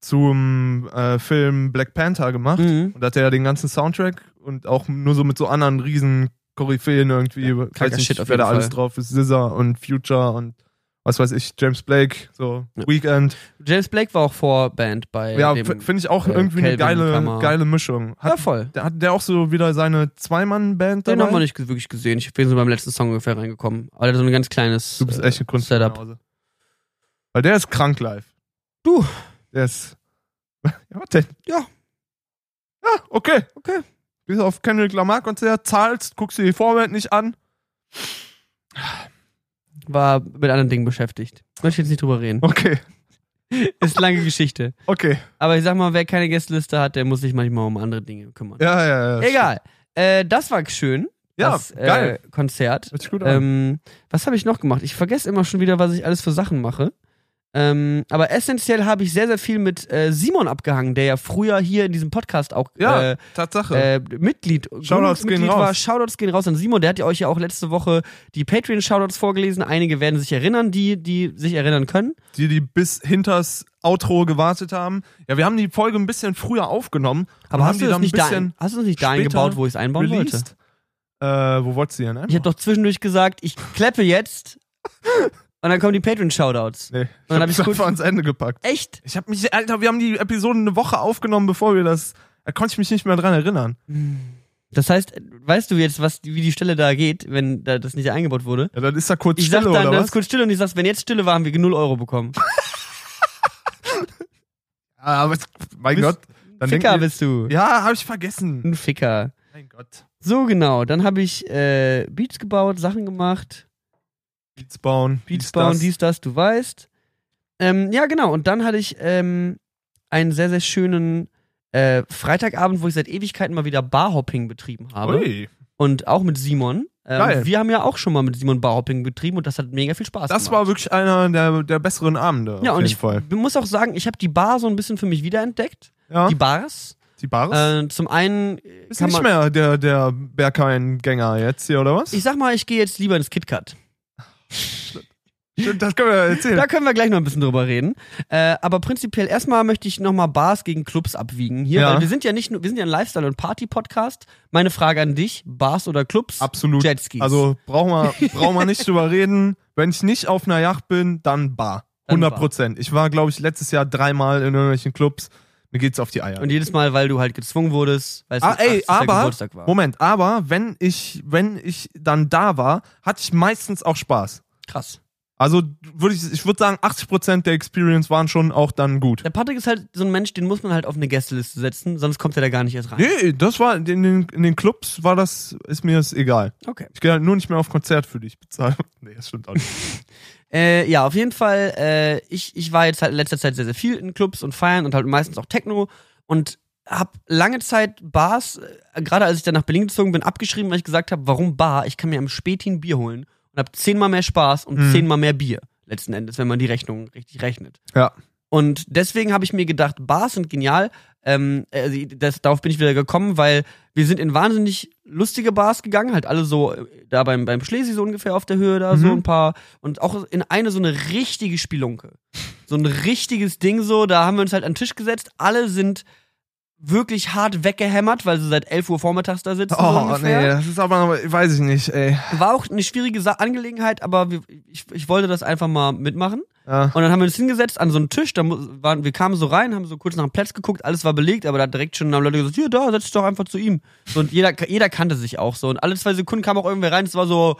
B: zum äh, Film Black Panther gemacht.
A: Mhm.
B: Und da hat er ja den ganzen Soundtrack und auch nur so mit so anderen riesen Koryphäen irgendwie.
A: kranker
B: weiß nicht,
A: Shit auf
B: wer da
A: jeden
B: alles
A: Fall.
B: drauf ist. Scissor und Future und was weiß ich, James Blake, so
A: Ja.
B: Weekend.
A: James Blake war auch Vorband bei
B: Ja,
A: dem.
B: f- finde ich auch
A: äh,
B: irgendwie eine
A: Calvin
B: geile,
A: Kammer.
B: geile Mischung.
A: ja, Genau,
B: Hat,
A: voll.
B: der, hat der auch so wieder seine Zwei-Mann-Band
A: Den
B: dabei?
A: haben wir nicht ge- wirklich gesehen. Ich bin so beim letzten Song ungefähr reingekommen. Aber der hat so ein ganz kleines.
B: Du bist echt ein Kunst.
A: Äh, Setup.
B: Weil der ist krank live.
A: Du.
B: Der ist. <laughs> Ja, was denn?
A: Ja.
B: Ja, okay.
A: Okay.
B: Bist auf Kendrick Lamar Konzert, zahlst, guckst dir die Vorwand nicht an.
A: war mit anderen Dingen beschäftigt. Möchte ich jetzt nicht drüber reden.
B: Okay,
A: Ist lange Geschichte.
B: okay.
A: Aber ich sag mal, wer keine Gästeliste hat, der muss sich manchmal um andere Dinge kümmern.
B: Ja, ja, ja.
A: Egal. Äh, das war schön.
B: Ja,
A: das, äh,
B: geil.
A: Konzert.
B: Hört sich gut an.
A: Ähm, was habe ich noch gemacht? Ich vergesse immer schon wieder, was ich alles für Sachen mache. Ähm, aber essentiell habe ich sehr, sehr viel mit äh, Simon abgehangen, der ja früher hier in diesem Podcast auch
B: ja,
A: äh,
B: Tatsache.
A: äh, Mitglied, Gründungsmitglied
B: gehen raus.
A: war. Shoutouts gehen raus an Simon. Der hat ja euch ja auch letzte Woche die Patreon-Shoutouts vorgelesen. Einige werden sich erinnern, die, die sich erinnern können.
B: die, die bis hinters Outro gewartet haben. Ja, wir haben die Folge ein bisschen früher aufgenommen.
A: Aber
B: und
A: hast du,
B: haben die
A: das
B: dann ein
A: nicht da,
B: bisschen
A: hast du das nicht da eingebaut, wo ich es einbauen wollte?
B: released? Äh, wo wolltest du denn?
A: Ich habe
B: einbauen?
A: doch zwischendurch gesagt, ich kleppe
B: <laughs>
A: jetzt und dann kommen die Patreon-Shoutouts.
B: Nee, ich
A: dann hab
B: hab <laughs>
A: ich
B: es
A: kurz-
B: einfach ans Ende gepackt.
A: Echt?
B: Ich habe mich, Alter, wir haben die Episode eine Woche aufgenommen, bevor wir das. Da konnte ich mich nicht mehr dran erinnern.
A: Das heißt, weißt du jetzt, was, wie die Stelle da geht, wenn da das nicht eingebaut wurde?
B: Ja, dann ist da kurz
A: Ich
B: Stille,
A: sag dann,
B: oder
A: das ist
B: was?
A: kurz Stille und ich sag, wenn jetzt Stille war, haben wir 0 Euro bekommen.
B: Ah, aber es- mein
A: Bist-
B: Gott. Dann
A: Ficker
B: denken die-
A: bist du.
B: Ja, habe ich vergessen.
A: Ein Ficker.
B: Mein Gott.
A: So genau, dann habe ich äh, Beats gebaut, Sachen gemacht,
B: Beats bauen.
A: Beats
B: dies,
A: bauen,
B: das.
A: dies, das, du weißt. Ähm, ja, genau, und dann hatte ich ähm, einen sehr, sehr schönen äh, Freitagabend, wo ich seit Ewigkeiten mal wieder Barhopping betrieben habe.
B: Ui,
A: Und auch mit Simon. Ähm,
B: Geil.
A: wir haben ja auch schon mal mit Simon Barhopping betrieben und das hat mega viel Spaß
B: das
A: gemacht.
B: war wirklich einer der, der besseren Abende.
A: ja,
B: auf
A: und
B: jeden
A: ich
B: Fall.
A: muss auch sagen, ich habe die Bar so ein bisschen für mich wiederentdeckt.
B: Ja,
A: Die
B: die,
A: Bars.
B: Bars.
A: Äh, zum einen äh,
B: ist
A: kann man.
B: nicht mehr der, der Berghain-Gänger jetzt hier, oder was?
A: Ich sag mal, ich gehe jetzt lieber ins KitKat.
B: Stimmt, das können wir ja erzählen.
A: Da können wir gleich noch ein bisschen drüber reden. Äh, aber prinzipiell erstmal möchte ich nochmal Bars gegen Clubs abwiegen hier,
B: Ja.
A: weil wir sind ja nicht nur, wir sind ja ein Lifestyle- und Party-Podcast. Meine Frage an dich: Bars oder Clubs?
B: Absolut.
A: Jetskis.
B: Also brauchen wir, brauchen
A: <laughs>
B: wir nicht drüber reden. Wenn ich nicht auf einer Yacht bin, dann bar.
A: Dann
B: 100 Prozent. Ich war, glaube ich, letztes Jahr dreimal in irgendwelchen Clubs. Mir geht's auf die Eier.
A: Und jedes Mal, weil du halt gezwungen wurdest, weil es
B: ah,
A: dein
B: ey,
A: 80.
B: aber,
A: Geburtstag war.
B: Moment, aber wenn ich, wenn ich dann da war, hatte ich meistens auch Spaß.
A: Krass.
B: Also würde ich, ich würde sagen, 80 Prozent der Experience waren schon auch dann gut.
A: Der Patrick ist halt so ein Mensch, den muss man halt auf eine Gästeliste setzen, sonst kommt er da gar nicht erst rein.
B: Nee, das war, in den, in den Clubs war das, ist mir das egal.
A: Okay.
B: Ich gehe halt nur nicht mehr auf Konzert für dich bezahlen. <laughs> Nee, das stimmt auch nicht.
A: Äh, ja, auf jeden Fall, äh, ich, ich war jetzt halt in letzter Zeit sehr, sehr viel in Clubs und Feiern und halt meistens auch Techno und hab lange Zeit Bars, äh, gerade als ich dann nach Berlin gezogen bin, abgeschrieben, weil ich gesagt habe, warum Bar? Ich kann mir am Spätin Bier holen und hab zehnmal mehr Spaß und
B: Mhm.
A: zehnmal mehr Bier, letzten Endes, wenn man die Rechnung richtig rechnet.
B: Ja.
A: Und deswegen habe ich mir gedacht, Bars sind genial. Ähm, also das, darauf bin ich wieder gekommen, weil wir sind in wahnsinnig lustige Bars gegangen, halt alle so äh, da beim, beim Schlesi so ungefähr auf der Höhe da, so
B: Mhm.
A: ein paar und auch in eine so eine richtige Spielunke. So ein richtiges Ding so, da haben wir uns halt an den Tisch gesetzt. Alle sind wirklich hart weggehämmert, weil sie seit 11 Uhr vormittags da sitzen. so
B: Oh,
A: ungefähr.
B: nee, das ist aber, weiß ich nicht, ey.
A: War auch eine schwierige Sa Angelegenheit, aber wir, ich, ich wollte das einfach mal mitmachen.
B: Ja.
A: Und dann haben wir uns hingesetzt an so einen Tisch, da mu- waren, wir kamen so rein, haben so kurz nach dem Platz geguckt, alles war belegt, aber da hat direkt schon haben Leute gesagt, hier, da, setz dich doch einfach zu ihm. So, und jeder, jeder kannte sich auch so. Und alle zwei Sekunden kam auch irgendwer rein, es war so,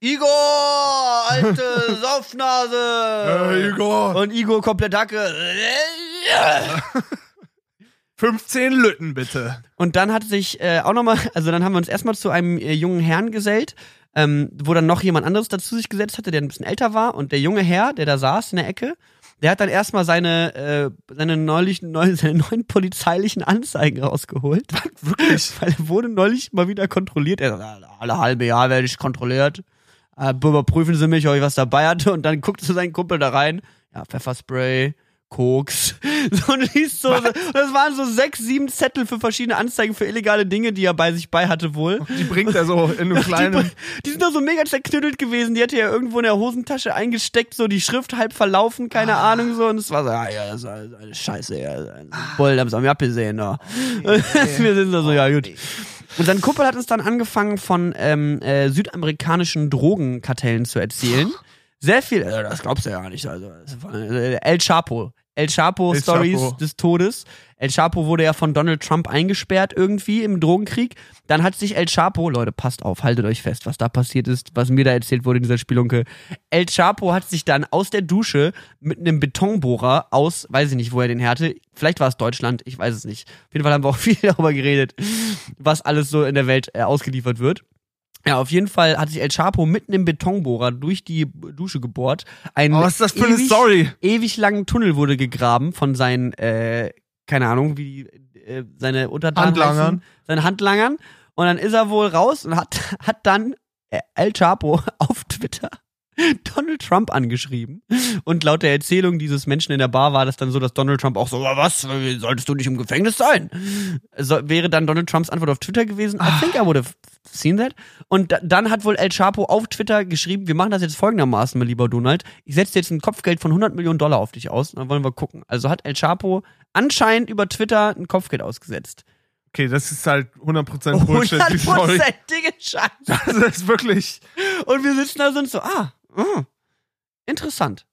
A: Igor, alte <laughs> Saufnase.
B: Äh, Igor.
A: Und Igor komplett Hacke.
B: 15 Lütten bitte.
A: Und dann hat sich äh, auch nochmal, <laughs> also dann haben wir uns erstmal zu einem äh, jungen Herrn gesellt, ähm, wo dann noch jemand anderes dazu sich gesetzt hatte, der ein bisschen älter war. Und der junge Herr, der da saß in der Ecke, der hat dann erstmal seine, äh, seine, neulich, neu, <laughs> seine neuen polizeilichen Anzeigen rausgeholt.
B: Wirklich?
A: Weil er wurde neulich mal wieder kontrolliert. Er sagt, alle halbe Jahr werde ich kontrolliert. Äh, überprüfen Sie mich, ob ich was dabei hatte. Und dann guckt zu seinen Kumpel da rein. Ja, Pfefferspray, Koks. <laughs> So, und liest so, das waren so sechs, sieben Zettel für verschiedene Anzeigen für illegale Dinge, die er bei sich bei hatte wohl.
B: Die bringt er so in einem kleinen.
A: Die, die sind doch so mega zerknüttelt gewesen. Die hatte ja irgendwo in der Hosentasche eingesteckt, so die Schrift halb verlaufen, keine Ahnung so. Und es war so, ah, ja, das war eine Scheiße, ja, das war ein Bullen haben's am Japp gesehen. da. ne? <laughs> Wir sind da so, ja gut. Und sein Kumpel hat uns dann angefangen, von ähm, äh, südamerikanischen Drogenkartellen zu erzählen. Sehr viel, äh, das glaubst du ja gar nicht. Also, das war, äh, El Chapo. El Chapo
B: El
A: Stories
B: Chapo.
A: des Todes. El Chapo wurde ja von Donald Trump eingesperrt irgendwie im Drogenkrieg. Dann hat sich El Chapo, Leute, passt auf, haltet euch fest, was da passiert ist, was mir da erzählt wurde in dieser Spielunke. El Chapo hat sich dann aus der Dusche mit einem Betonbohrer aus, weiß ich nicht, wo er den hatte. Vielleicht war es Deutschland, ich weiß es nicht. Auf jeden Fall haben wir auch <laughs> viel darüber geredet, was alles so in der Welt äh, ausgeliefert wird. Ja, auf jeden Fall hat sich El Chapo mitten im Betonbohrer durch die Dusche gebohrt. Ein
B: Oh, was ist das für eine
A: ewig-
B: Story?
A: ewig langen Tunnel wurde gegraben von seinen, äh, keine Ahnung, wie äh, seine Untertanen
B: Handlangern.
A: heißen, seinen Handlangern. Und dann ist er wohl raus und hat, <laughs> hat dann äh, El Chapo <laughs> auf Twitter Donald Trump angeschrieben. Und laut der Erzählung dieses Menschen in der Bar war das dann so, dass Donald Trump auch so, was, solltest du nicht im Gefängnis sein? So, wäre dann Donald Trumps Antwort auf Twitter gewesen, I think I would have seen that. Und da, dann hat wohl El Chapo auf Twitter geschrieben, wir machen das jetzt folgendermaßen, mein lieber Donald, ich setze dir jetzt ein Kopfgeld von 100 Millionen Dollar auf dich aus und dann wollen wir gucken. Also hat El Chapo anscheinend über Twitter ein Kopfgeld ausgesetzt.
B: Okay, das ist halt
A: Oh,
B: 100% Bullshit, die Story.
A: Hundertprozentige Scheiße.
B: <laughs> Das ist wirklich,
A: Und wir sitzen da und sind so, ah, mm, interessant.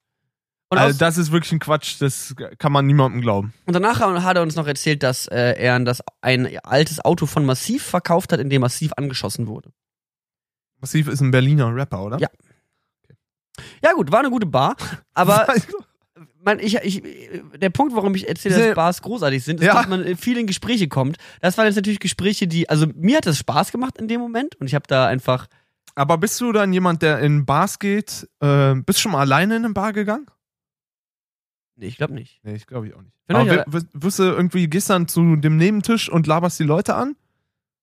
A: Und aus-
B: also das ist wirklich ein Quatsch, das kann man niemandem glauben.
A: Und danach hat er uns noch erzählt, dass äh, er das, ein altes Auto von Massiv verkauft hat, in dem Massiv angeschossen wurde.
B: Massiv ist ein Berliner Rapper, oder?
A: Ja. Ja gut, war eine gute Bar,
B: <laughs>
A: aber
B: Also,
A: man, ich, ich, der Punkt, warum ich erzähle,
B: Diese-
A: dass Bars großartig sind, ist,
B: Ja.
A: dass man viel in Gespräche kommt. Das waren jetzt natürlich Gespräche, die, also mir hat das Spaß gemacht in dem Moment und ich habe da einfach,
B: Aber bist du dann jemand, der in Bars geht? Äh, bist du schon mal alleine in eine Bar gegangen?
A: nee, ich glaube nicht.
B: Nee, ich glaube ich auch nicht.
A: Bin
B: Aber
A: ich
B: wi- wi- wirst du irgendwie, gehst dann zu dem Nebentisch und laberst die Leute an?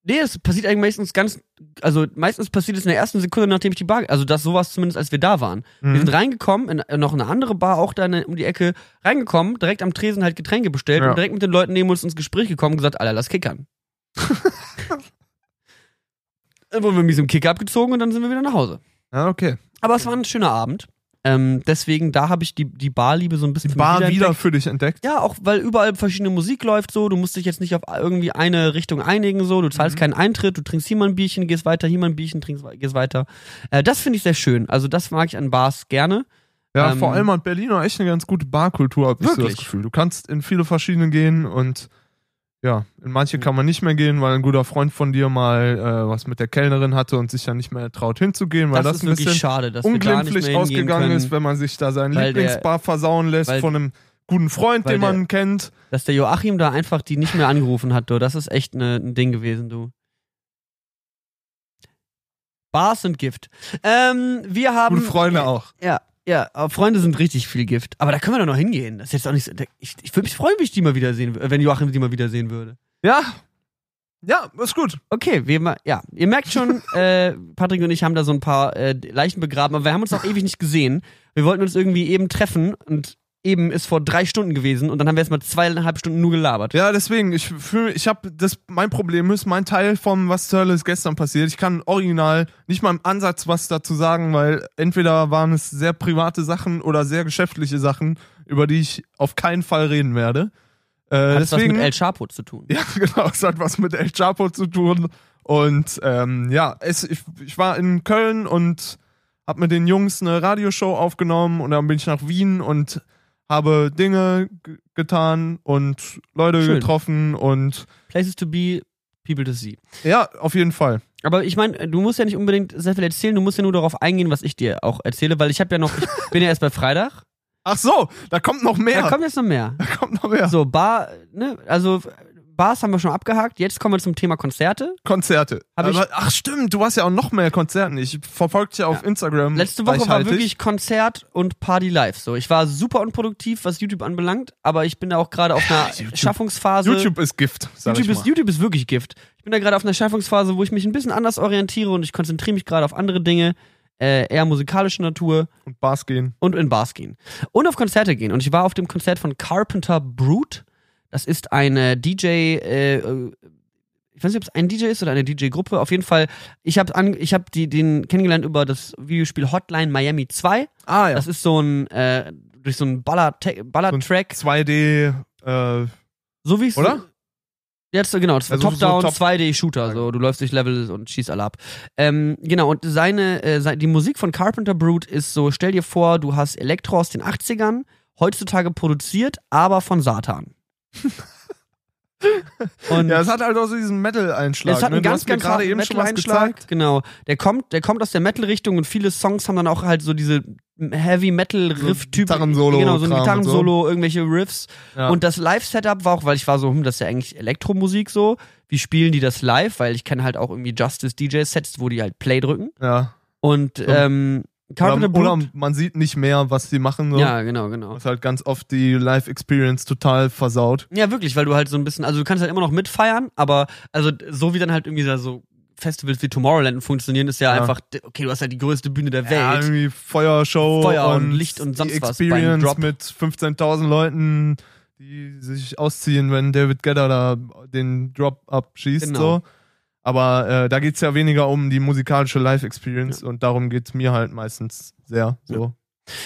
A: Nee, es passiert eigentlich meistens ganz, also meistens passiert es in der ersten Sekunde, nachdem ich die Bar, also das sowas zumindest, als wir da waren. Wir
B: Mhm. Hm?
A: sind reingekommen, in äh, noch eine andere Bar, auch da in- um die Ecke, reingekommen, direkt am Tresen halt Getränke bestellt
B: Ja.
A: und direkt mit den Leuten neben uns ins Gespräch gekommen und gesagt, Alter, lass
B: <laughs>
A: kickern. dann wurden wir mies im Kick abgezogen und dann sind wir wieder nach Hause.
B: Ja, okay.
A: Aber es war ein schöner Abend. Ähm, deswegen, da habe ich die, die Barliebe so ein bisschen
B: Die Bar
A: wiederentdeckt.
B: wieder für dich entdeckt.
A: Ja, auch weil überall verschiedene Musik läuft so, du musst dich jetzt nicht auf irgendwie eine Richtung einigen so, du zahlst
B: Mhm.
A: keinen Eintritt, du trinkst hier mal ein Bierchen, gehst weiter, hier mal ein Bierchen, trinkst, gehst weiter. Äh, das finde ich sehr schön. Also das mag ich an Bars gerne.
B: Ja,
A: Ähm,
B: vor allem hat Berlin noch echt eine ganz gute Barkultur, hab ich so das
A: Wirklich?
B: Gefühl. Du kannst in viele verschiedene gehen und ja, in manche kann man nicht mehr gehen, weil ein guter Freund von dir mal äh, was mit der Kellnerin hatte und sich ja nicht mehr traut hinzugehen, weil das,
A: ist
B: ein
A: wirklich
B: bisschen
A: schade, dass wir da nicht
B: unglimpflich
A: mehr hingehen
B: ausgegangen
A: können,
B: ist, wenn man sich da seinen
A: weil der-
B: Lieblingsbar versauen lässt
A: weil-
B: von einem guten Freund,
A: weil
B: den
A: der-
B: man kennt.
A: dass der Joachim da einfach die nicht mehr angerufen hat, du. Das ist echt ne, ein Ding gewesen, du. Bars sind Gift. Ähm, wir haben.
B: Gute Freunde auch.
A: Ja, ja, aber Freunde sind richtig viel Gift. Aber da können wir doch noch hingehen. Das ist jetzt auch nicht so, da- ich, ich würde mich freuen, wenn ich die mal wiedersehen, wür- wenn Joachim die mal wiedersehen würde.
B: Ja. Ja, ist gut.
A: Okay, wir, ma- ja, ihr merkt schon, äh, Patrick und ich haben da so ein paar äh, Leichen begraben, aber wir haben uns auch ewig nicht gesehen. Wir wollten uns irgendwie eben treffen und eben ist vor drei Stunden gewesen und dann haben wir erst mal zweieinhalb Stunden nur gelabert.
B: Ja, deswegen, ich fühle, ich habe das, mein Problem ist, mein Teil vom Was zur Hölle ist gestern passiert. Ich kann original nicht mal im Ansatz was dazu sagen, weil entweder waren es sehr private Sachen oder sehr geschäftliche Sachen, über die ich auf keinen Fall reden werde. Äh,
A: Hat das was
B: deswegen,
A: mit El Chapo zu tun?
B: <laughs> ja, genau, es hat was mit El Chapo zu tun. Und ähm, ja, es, ich, ich war in Köln und habe mit den Jungs eine Radioshow aufgenommen und dann bin ich nach Wien und habe Dinge g- getan und Leute
A: Schön.
B: getroffen und
A: Places to be, people to see.
B: ja, auf jeden Fall.
A: Aber ich meine, du musst ja nicht unbedingt sehr viel erzählen, du musst ja nur darauf eingehen, was ich dir auch erzähle, weil ich habe ja noch, ich bin ja erst bei Freitag.
B: Ach so, da kommt noch mehr.
A: Da kommt jetzt noch mehr.
B: Da kommt noch mehr.
A: So, Bar, ne, also Bars haben wir schon abgehakt, jetzt kommen wir zum Thema Konzerte.
B: Konzerte.
A: Hab ich-
B: Aber, ach stimmt, du warst ja auch noch mehr Konzerten. Ich verfolge dich ja auf Instagram.
A: Letzte Woche war
B: Hm, reichhaltig.
A: wirklich Konzert und Party live. So, ich war super unproduktiv, was YouTube anbelangt, aber ich bin da auch gerade auf einer
B: YouTube-
A: Schaffungsphase.
B: YouTube ist Gift, sag
A: YouTube
B: ich
A: ist,
B: mal.
A: YouTube ist wirklich Gift. Ich bin da gerade auf einer Schaffungsphase, wo ich mich ein bisschen anders orientiere und ich konzentriere mich gerade auf andere Dinge. äh, eher musikalische Natur
B: Und Bars gehen.
A: und in Bars gehen. Und auf Konzerte gehen. Und ich war auf dem Konzert von Carpenter Brute. Das ist eine DJ, äh, äh, ich weiß nicht, ob es ein DJ ist oder eine DJ-Gruppe. Auf jeden Fall, ich habe ich hab die, den kennengelernt über das Videospiel Hotline Miami 2.
B: Ah ja.
A: Das ist so ein, äh, durch so einen Baller-Track. Baller Track.
B: 2D, äh,
A: so wie es.
B: Oder?
A: Jetzt, genau, das war
B: Also so
A: Top-Down,
B: Top-
A: 2D-Shooter, so, du läufst durch Level und schießt alle ab. Ähm, genau, und seine, äh, se- die Musik von Carpenter Brute ist so, stell dir vor, du hast Elektro aus den 80ern, heutzutage produziert, aber von
B: <laughs>
A: Satan. und
B: ja, es hat halt auch so diesen Metal-Einschlag.
A: es hat
B: ne?
A: einen
B: Du
A: ganz,
B: hast mir
A: ganz
B: gerade
A: harten
B: eben schon was
A: Metal-Einschlag.
B: gezeigt.
A: Genau. Der kommt, der kommt aus der Metal-Richtung und viele Songs haben dann auch halt so diese Heavy-Metal-Riff-Typen.
B: Gitarren-Solo
A: Genau, so ein
B: Kram und so.
A: Gitarren-Solo, irgendwelche Riffs.
B: Ja.
A: Und das Live-Setup war auch, weil ich war so, hm, das ist ja eigentlich Elektromusik so. Wie spielen die das live? Weil ich kenne halt auch irgendwie Justice-DJ-Sets, wo die halt Play drücken.
B: Ja.
A: Und ähm, Carpenter
B: Oder, oder
A: Brute.
B: man sieht nicht mehr, was sie machen. So.
A: Ja, genau, genau.
B: Was halt ganz oft die Live-Experience total versaut.
A: Ja, wirklich, weil du halt so ein bisschen, also du kannst halt immer noch mitfeiern, aber also d- so wie dann halt irgendwie da so Festivals wie Tomorrowland funktionieren, ist ja,
B: Ja.
A: einfach, d- okay, du hast halt die größte Bühne der
B: Ja,
A: Welt.
B: irgendwie Feuershow
A: Feuer und Licht und sonst
B: die
A: was beim
B: Experience
A: Drop.
B: mit 15.000 Leuten, die sich ausziehen, wenn David Gedder da den Drop abschießt.
A: Genau.
B: So. Aber äh, da geht es ja weniger um die musikalische Live-Experience und darum geht es mir halt meistens sehr. So.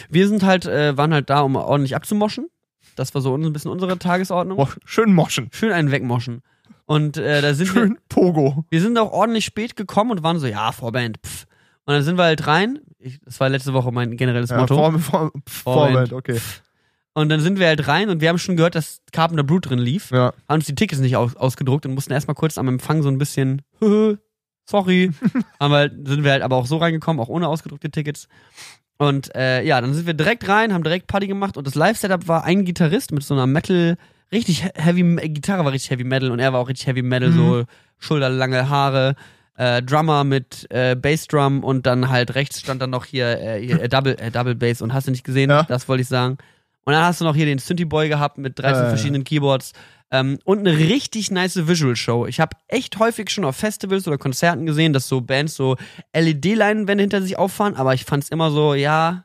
A: Wir sind halt, äh, waren halt da, um ordentlich abzumoschen. Das war so un- ein bisschen unsere Tagesordnung.
B: Boah, schön moschen.
A: Schön einen wegmoschen. Und äh, da sind wir,
B: Schön Pogo.
A: wir sind auch ordentlich spät gekommen und waren so, ja, Vorband, pff. Und dann sind wir halt rein. Ich, das war letzte Woche mein generelles
B: Ja,
A: Motto.
B: vor, vor, pf,
A: Vorwand.
B: Vorwand, okay.
A: Und dann sind wir halt rein und wir haben schon gehört, dass Carpenter Brute drin lief.
B: Ja.
A: haben uns die Tickets nicht aus ausgedruckt und mussten erstmal kurz am Empfang so ein bisschen, "Hö,
B: <laughs>
A: sorry. haben wir, sind wir halt aber auch so reingekommen, auch ohne ausgedruckte Tickets. Und äh, ja, dann sind wir direkt rein, haben direkt Party gemacht und das Live-Setup war ein Gitarrist mit so einer Metal, richtig he- heavy, äh, Gitarre war richtig Heavy Metal und er war auch richtig Heavy Metal,
B: Mhm.
A: so schulterlange Haare. Äh, Drummer mit äh, Bassdrum und dann halt rechts stand dann noch hier, äh, hier äh, Double, äh, Double Bass und hast du nicht gesehen,
B: Ja.
A: das wollte ich sagen. Und dann hast du noch hier den Synthie Boy gehabt mit 13
B: Äh.
A: verschiedenen Keyboards ähm, und eine richtig nice Visual Show. Ich habe echt häufig schon auf Festivals oder Konzerten gesehen, dass so Bands so LED-Leinwände hinter sich auffahren, aber ich fand's immer so, ja,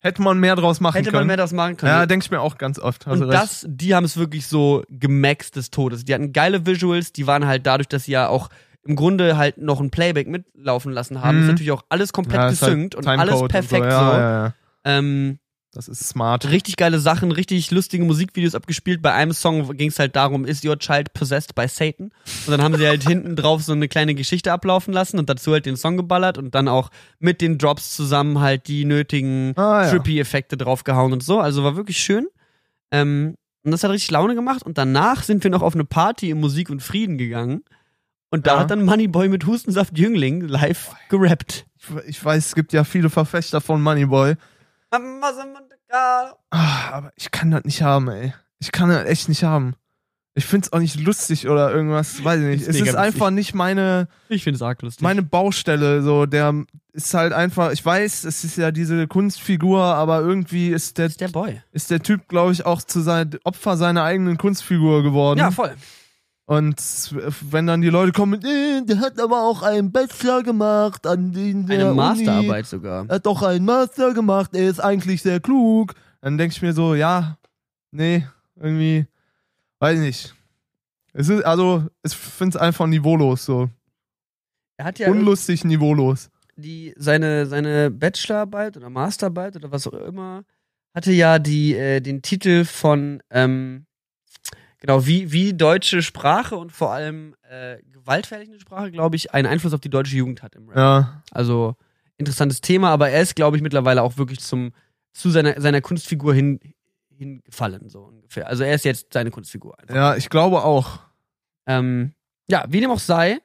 B: Hätte man mehr draus machen
A: hätte man
B: können.
A: mehr das machen können.
B: ja, denke ich mir auch ganz oft. Hast du
A: und
B: recht.
A: das, die haben es wirklich so gemaxt des Todes. Die hatten geile Visuals, die waren halt dadurch, dass sie ja auch im Grunde halt noch ein Playback mitlaufen lassen haben,
B: Mhm.
A: ist natürlich auch alles komplett
B: ja, ist halt
A: gesynkt und alles
B: Timecode
A: perfekt
B: Und
A: so.
B: so. Ja, ja, ja.
A: Ähm,
B: Das ist smart.
A: richtig geile Sachen, richtig lustige Musikvideos abgespielt. Bei einem Song ging es halt darum, is your child possessed by Satan? Und dann haben sie halt <laughs> hinten drauf so eine kleine Geschichte ablaufen lassen und dazu halt den Song geballert und dann auch mit den Drops zusammen halt die nötigen
B: Ah, ja.
A: Trippy-Effekte draufgehauen und so. Also war wirklich schön. Ähm, und das hat richtig Laune gemacht. Und danach sind wir noch auf eine Party in Musik und Frieden gegangen. Und da
B: Ja.
A: hat dann Moneyboy mit Hustensaft Jüngling live gerappt.
B: ich weiß, es gibt ja viele Verfechter von Moneyboy. Ah, aber ich kann das nicht haben, ey. Ich kann das echt nicht haben. Ich find's auch nicht lustig oder irgendwas, weiß ich nicht.
A: Ist
B: es
A: mega
B: ist
A: witzig.
B: einfach nicht meine,
A: Ich finde es arg lustig.
B: meine Baustelle. So, der ist halt einfach, ich weiß, es ist ja diese Kunstfigur, aber irgendwie ist der,
A: ist der Boy.
B: ist der Typ, glaube ich, auch zu sein, Opfer seiner eigenen Kunstfigur geworden.
A: Ja, voll.
B: Und wenn dann die Leute kommen, mit, äh, der hat aber auch einen Bachelor gemacht an den der
A: Eine
B: Uni.
A: Masterarbeit sogar.
B: Er hat doch einen Master gemacht, er ist eigentlich sehr klug. Dann denke ich mir so, ja, nee, irgendwie, weiß nicht. Es ist, also, ich finde es einfach niveaulos, so.
A: Er hat ja
B: Unlustig niveaulos.
A: die, seine, seine Bachelorarbeit oder Masterarbeit oder was auch immer, hatte ja die, äh, den Titel von, ähm, genau, wie, wie deutsche Sprache und vor allem äh, gewaltverherrlichende Sprache, glaube ich, einen Einfluss auf die deutsche Jugend hat im Rap.
B: Ja,
A: Also interessantes Thema, aber er ist, glaube ich, mittlerweile auch wirklich zum, zu seiner, seiner Kunstfigur hin, hingefallen, so ungefähr. Also er ist jetzt seine Kunstfigur einfach.
B: ja, ich glaube auch.
A: Ähm, ja, wie dem auch sei.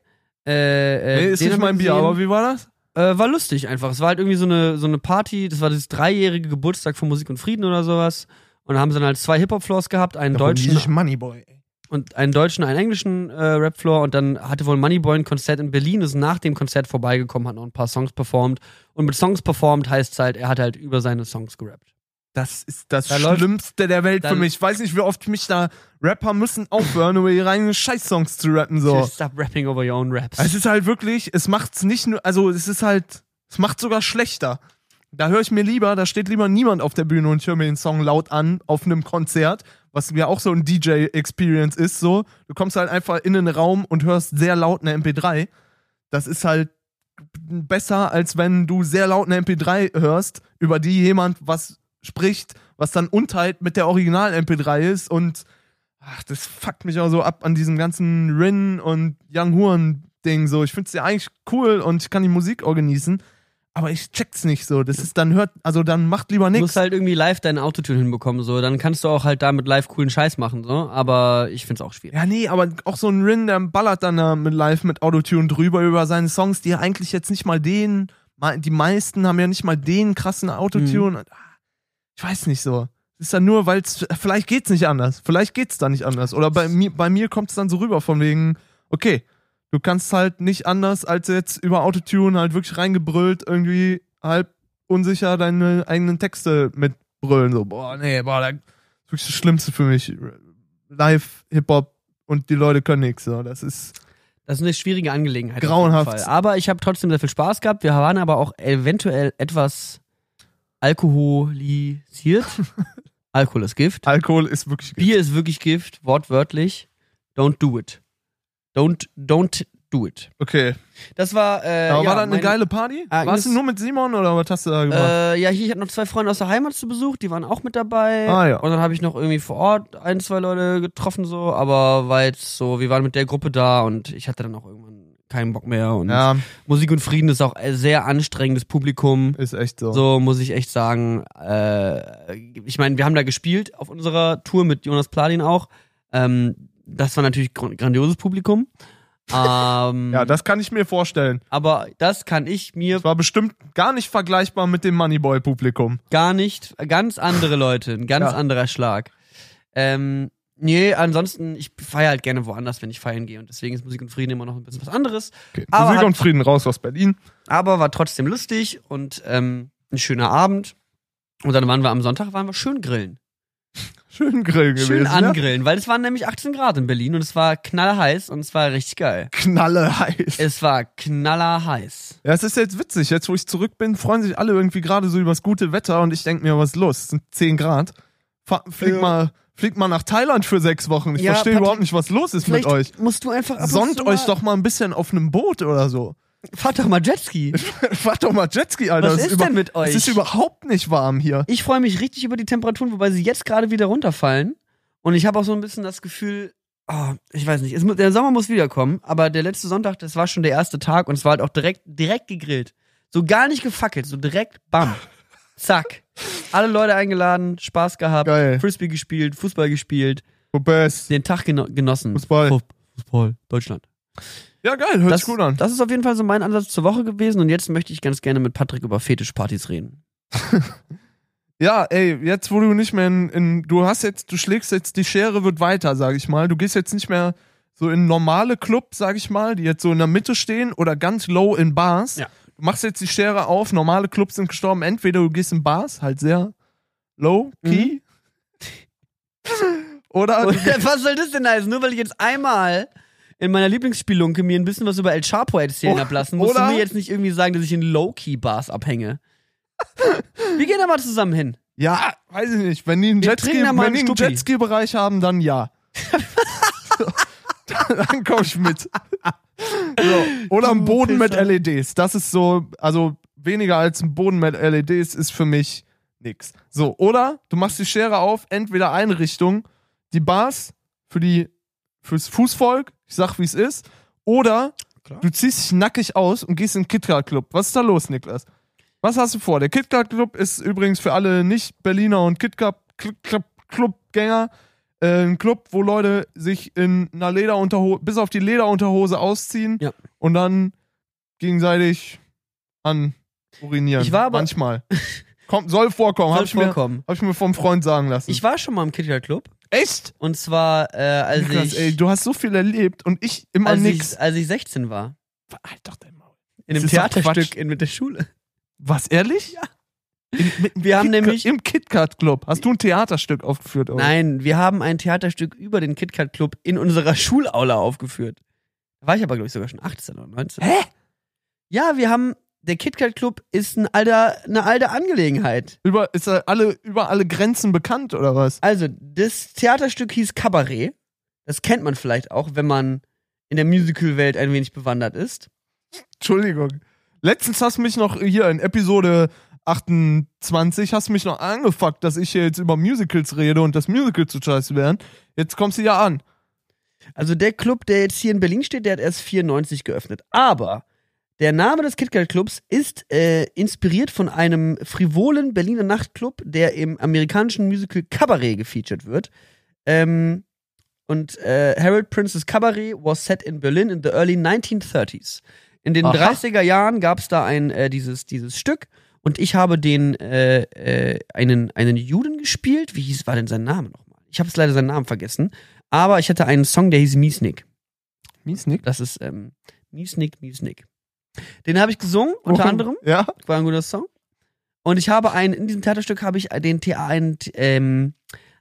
A: Äh, äh,
B: nee, ist
A: den
B: nicht
A: haben wir
B: mein Bier,
A: gesehen.
B: aber wie war das?
A: Äh, war lustig einfach. Es war halt irgendwie so eine, so eine Party, das war das dreijährige Geburtstag von Musik und Frieden oder sowas. Und da haben sie dann halt zwei Hip-Hop-Floors gehabt, einen deutschen
B: Moneyboy.
A: und einen deutschen, einen englischen äh, Rap-Floor und dann hatte wohl Moneyboy ein Konzert in Berlin, ist nach dem Konzert vorbeigekommen, hat noch ein paar Songs performt. Und mit Songs performt heißt es halt, er hat halt über seine Songs gerappt.
B: Das ist das
A: Da läuft-
B: Schlimmste der Welt
A: da-
B: für mich. Ich weiß nicht, wie oft mich da Rapper müssen aufhören, über ihre eigenen Scheißsongs zu rappen, so.
A: Just stop rapping over your own raps.
B: Es ist halt wirklich, es macht's nicht nur, also es ist halt Es macht sogar schlechter. Da höre ich mir lieber, da steht lieber niemand auf der Bühne und ich höre mir den Song laut an auf einem Konzert, was mir auch so ein DJ-Experience ist. So, du kommst halt einfach in den Raum und hörst sehr laut eine MP3. Das ist halt besser, als wenn du sehr laut eine MP3 hörst, über die jemand was spricht, was dann Unteilt mit der Original-MP3 ist und ach, das fuckt mich auch so ab an diesem ganzen Rin und Young Huren-Ding. So, ich find's ja eigentlich cool und ich kann die Musik auch genießen, aber ich check's nicht so. Das ist dann hört, also dann macht lieber
A: Du
B: nichts.
A: musst halt irgendwie live deinen Autotune hinbekommen, so. Dann kannst du auch halt damit live coolen Scheiß machen, so. Aber ich find's auch schwierig.
B: Ja, nee, aber auch so ein Rin, der ballert dann da mit live mit Autotune drüber über seine Songs, die ja eigentlich jetzt nicht mal den, mal- die meisten haben ja nicht mal den krassen Autotune. Und, ah, Ich weiß nicht so. Es Ist dann nur, weil es, vielleicht geht's nicht anders. Vielleicht geht's da nicht anders. Oder bei mir, bei mir kommt's dann so rüber von wegen, okay, du kannst halt nicht anders als jetzt über Autotune halt wirklich reingebrüllt irgendwie halb unsicher deine eigenen Texte mitbrüllen. So, boah, nee, boah, da- das ist wirklich das Schlimmste für mich. Live, Hip-Hop und die Leute können nichts. So. Das ist.
A: Das ist eine schwierige Angelegenheit. auf jeden
B: Grauenhaft.
A: Fall. Aber ich habe trotzdem sehr viel Spaß gehabt. Wir waren aber auch eventuell etwas
B: <laughs>
A: alkoholisiert. Alkohol ist Gift.
B: Alkohol ist wirklich.
A: Bier ist wirklich Gift, wortwörtlich. Don't do it. Don't, don't do it.
B: Okay.
A: Das war. Äh,
B: Aber
A: ja,
B: war das eine
A: meine- Ah,
B: geile Party?
A: Agnes-
B: Warst du nur mit Simon oder was hast du da gemacht?
A: Äh, ja, hier, ich hatte noch zwei Freunde aus der Heimat zu Besuch, die waren auch mit dabei.
B: Ah, ja.
A: Und dann habe ich noch irgendwie vor Ort ein, zwei Leute getroffen, so, aber war jetzt so, wir waren mit der Gruppe da und ich hatte dann auch irgendwann keinen Bock mehr. Und
B: ja,
A: Musik und Frieden ist auch ein sehr anstrengendes Publikum.
B: ist echt so.
A: So muss ich echt sagen. Äh, ich meine, wir haben da gespielt auf unserer Tour mit Jonas Pladin auch. Ähm, das war natürlich gr- grandioses
B: <laughs>
A: Publikum. Ähm,
B: Ja, das kann ich mir vorstellen.
A: aber das kann ich mir
B: Das war bestimmt gar nicht vergleichbar mit dem Moneyboy-Publikum.
A: Gar nicht. Ganz andere Leute, ein ganz
B: Ja.
A: anderer Schlag. Ähm, nee, ansonsten, ich feiere halt gerne woanders, wenn ich feiern gehe. Und deswegen ist Musik und Frieden immer noch ein bisschen was anderes.
B: Okay.
A: Aber
B: Musik
A: hat-
B: und Frieden raus aus Berlin.
A: Aber war trotzdem lustig und ähm, ein schöner Abend. Und dann waren wir am Sonntag, waren wir schön grillen.
B: Schön Grill gewesen. ne?
A: schön
B: ja?
A: angrillen, weil es waren nämlich 18 Grad in Berlin und es war knallheiß und es war richtig geil.
B: Knalle heiß.
A: Es war knallerheiß.
B: Ja, es ist jetzt witzig. Jetzt, wo ich zurück bin, freuen sich alle irgendwie gerade so über das gute Wetter und ich denke mir, was ist los? Es sind 10 Grad. Fa flieg,
A: Ja.
B: mal, flieg mal nach Thailand für sechs Wochen. Ich
A: Ja,
B: verstehe
A: Patrick,
B: überhaupt nicht, was los ist mit euch.
A: musst du einfach ab und
B: Sonnt
A: zu
B: euch
A: mal-
B: doch mal ein bisschen auf einem Boot oder
A: <laughs>
B: so.
A: Fahrt doch mal
B: <laughs>
A: Jetski.
B: Fahrt doch mal Jetski, Alter.
A: Was
B: Es
A: ist
B: über-
A: denn mit euch?
B: Es ist überhaupt nicht warm hier.
A: Ich freue mich richtig über die Temperaturen, wobei sie jetzt gerade wieder runterfallen. Und ich habe auch so ein bisschen das Gefühl, ah, ich weiß nicht, es, mu- der Sommer muss wiederkommen, aber der letzte Sonntag, das war schon der erste Tag und es war halt auch direkt, direkt gegrillt. So gar nicht gefackelt, so direkt, bam, zack. Alle Leute eingeladen, Spaß gehabt,
B: Geil.
A: Frisbee gespielt, Fußball gespielt,
B: Best.
A: den Tag geno genossen.
B: Fußball.
A: Fu- Fußball, Deutschland.
B: Ja, geil. Hört
A: Oh. Das,
B: sich gut an.
A: das ist auf jeden Fall so mein Ansatz zur Woche gewesen und jetzt möchte ich ganz gerne mit Patrick über Fetischpartys reden.
B: Ja, ey, jetzt wo du nicht mehr in, in du hast jetzt, du schlägst jetzt die Schere wird weiter, sag ich mal. Du gehst jetzt nicht mehr so in normale Clubs, sag ich mal, die jetzt so in der Mitte stehen oder ganz low in Bars.
A: Ja.
B: Du machst jetzt die Schere auf, normale Clubs sind gestorben. Entweder du gehst in Bars, halt sehr low key. <laughs> oder du
A: was soll das denn heißen? Nur weil ich jetzt einmal in meiner Lieblingsspielunke mir ein bisschen was über El Chapo erzählen
B: Oh,
A: hab lassen, musst du
B: oder-
A: mir jetzt nicht irgendwie sagen, dass ich in Low-Key-Bars abhänge.
B: <laughs>
A: Wir gehen da mal zusammen hin.
B: Ja, weiß ich nicht. Wenn die einen
A: Wir trinken
B: Jetski-
A: da mal
B: wenn die
A: einen
B: einen
A: Stuppi.
B: Jetski-Bereich haben, dann ja.
A: <laughs>
B: So, dann komm ich mit. So. Oder am Boden mit
A: Pisser.
B: LEDs. Das ist so, also weniger als ein Boden mit LEDs ist für mich nix. So, oder du machst die Schere auf, entweder Einrichtung, die Bars für die, fürs Fußvolk, ich sag wie es ist, oder
A: Klar.
B: du ziehst dich nackig aus und gehst in den KitKat-Club. Was ist da los, Niklas? Was hast du vor? Der KitKat Club ist übrigens für alle Nicht-Berliner und KitKat Cl- Club- Clubgänger äh, ein Club, wo Leute sich in einer Lederunterhose, bis auf die Lederunterhose ausziehen
A: Ja.
B: und dann gegenseitig an urinieren.
A: Ich war aber-
B: manchmal. Kommt, soll vorkommen, habe
A: Soll
B: ich, mir-
A: vorkommen.
B: Oh, hab ich mir vom Freund sagen lassen.
A: Ich war schon mal im KitKat Club
B: Echt?
A: und zwar äh, als,
B: Niklas,
A: ich,
B: ey, du hast so viel erlebt und ich immer
A: als,
B: nix.
A: ich, als ich 16 war.
B: halt doch dein Maul.
A: In
B: Das
A: einem
B: ist doch Quatsch.
A: Theaterstück in, mit der Schule.
B: Was, ehrlich? Ja.
A: Wir haben nämlich
B: Im KitKat Club. Hast du ein Theaterstück aufgeführt? oder?
A: Nein, wir haben ein Theaterstück über den KitKat Club in unserer <laughs> Schulaula aufgeführt. Da war ich aber, glaube ich, sogar schon 18 oder 19. Hä? Ja, wir haben der KitKat Club ist ein alter, eine alte Angelegenheit.
B: Über, ist er alle, über alle Grenzen bekannt oder was?
A: Also, das Theaterstück hieß Kabarett. Das kennt man vielleicht auch, wenn man in der Musical-Welt ein wenig bewandert ist.
B: Entschuldigung. Letztens hast du mich noch hier in Episode 28 hast du mich noch angefuckt, dass ich hier jetzt über Musicals rede und dass Musicals zu scheiße wären. Jetzt kommst du ja an.
A: Also der Club, der jetzt hier in Berlin steht, der hat erst 94 geöffnet. Aber der Name des KitKat Clubs ist äh, inspiriert von einem frivolen Berliner Nachtclub, der im amerikanischen Musical Cabaret gefeatured wird. Ähm, und äh, Harold Prince's Cabaret was set in Berlin in the early 1930s. In den
B: Aha.
A: 30er Jahren gab es da ein, äh, dieses, dieses Stück und ich habe den äh, äh, einen, einen Juden gespielt. Wie hieß, war denn sein Name nochmal? Ich habe es leider seinen Namen vergessen. Aber ich hatte einen Song, der hieß Miesnick.
B: Miesnick?
A: Das ist ähm, Miesnick, Miesnick. Den habe ich gesungen, unter anderem.
B: Ja.
A: War ein guter Song. Und ich habe einen, in diesem Theaterstück habe ich den TA, einen, ähm,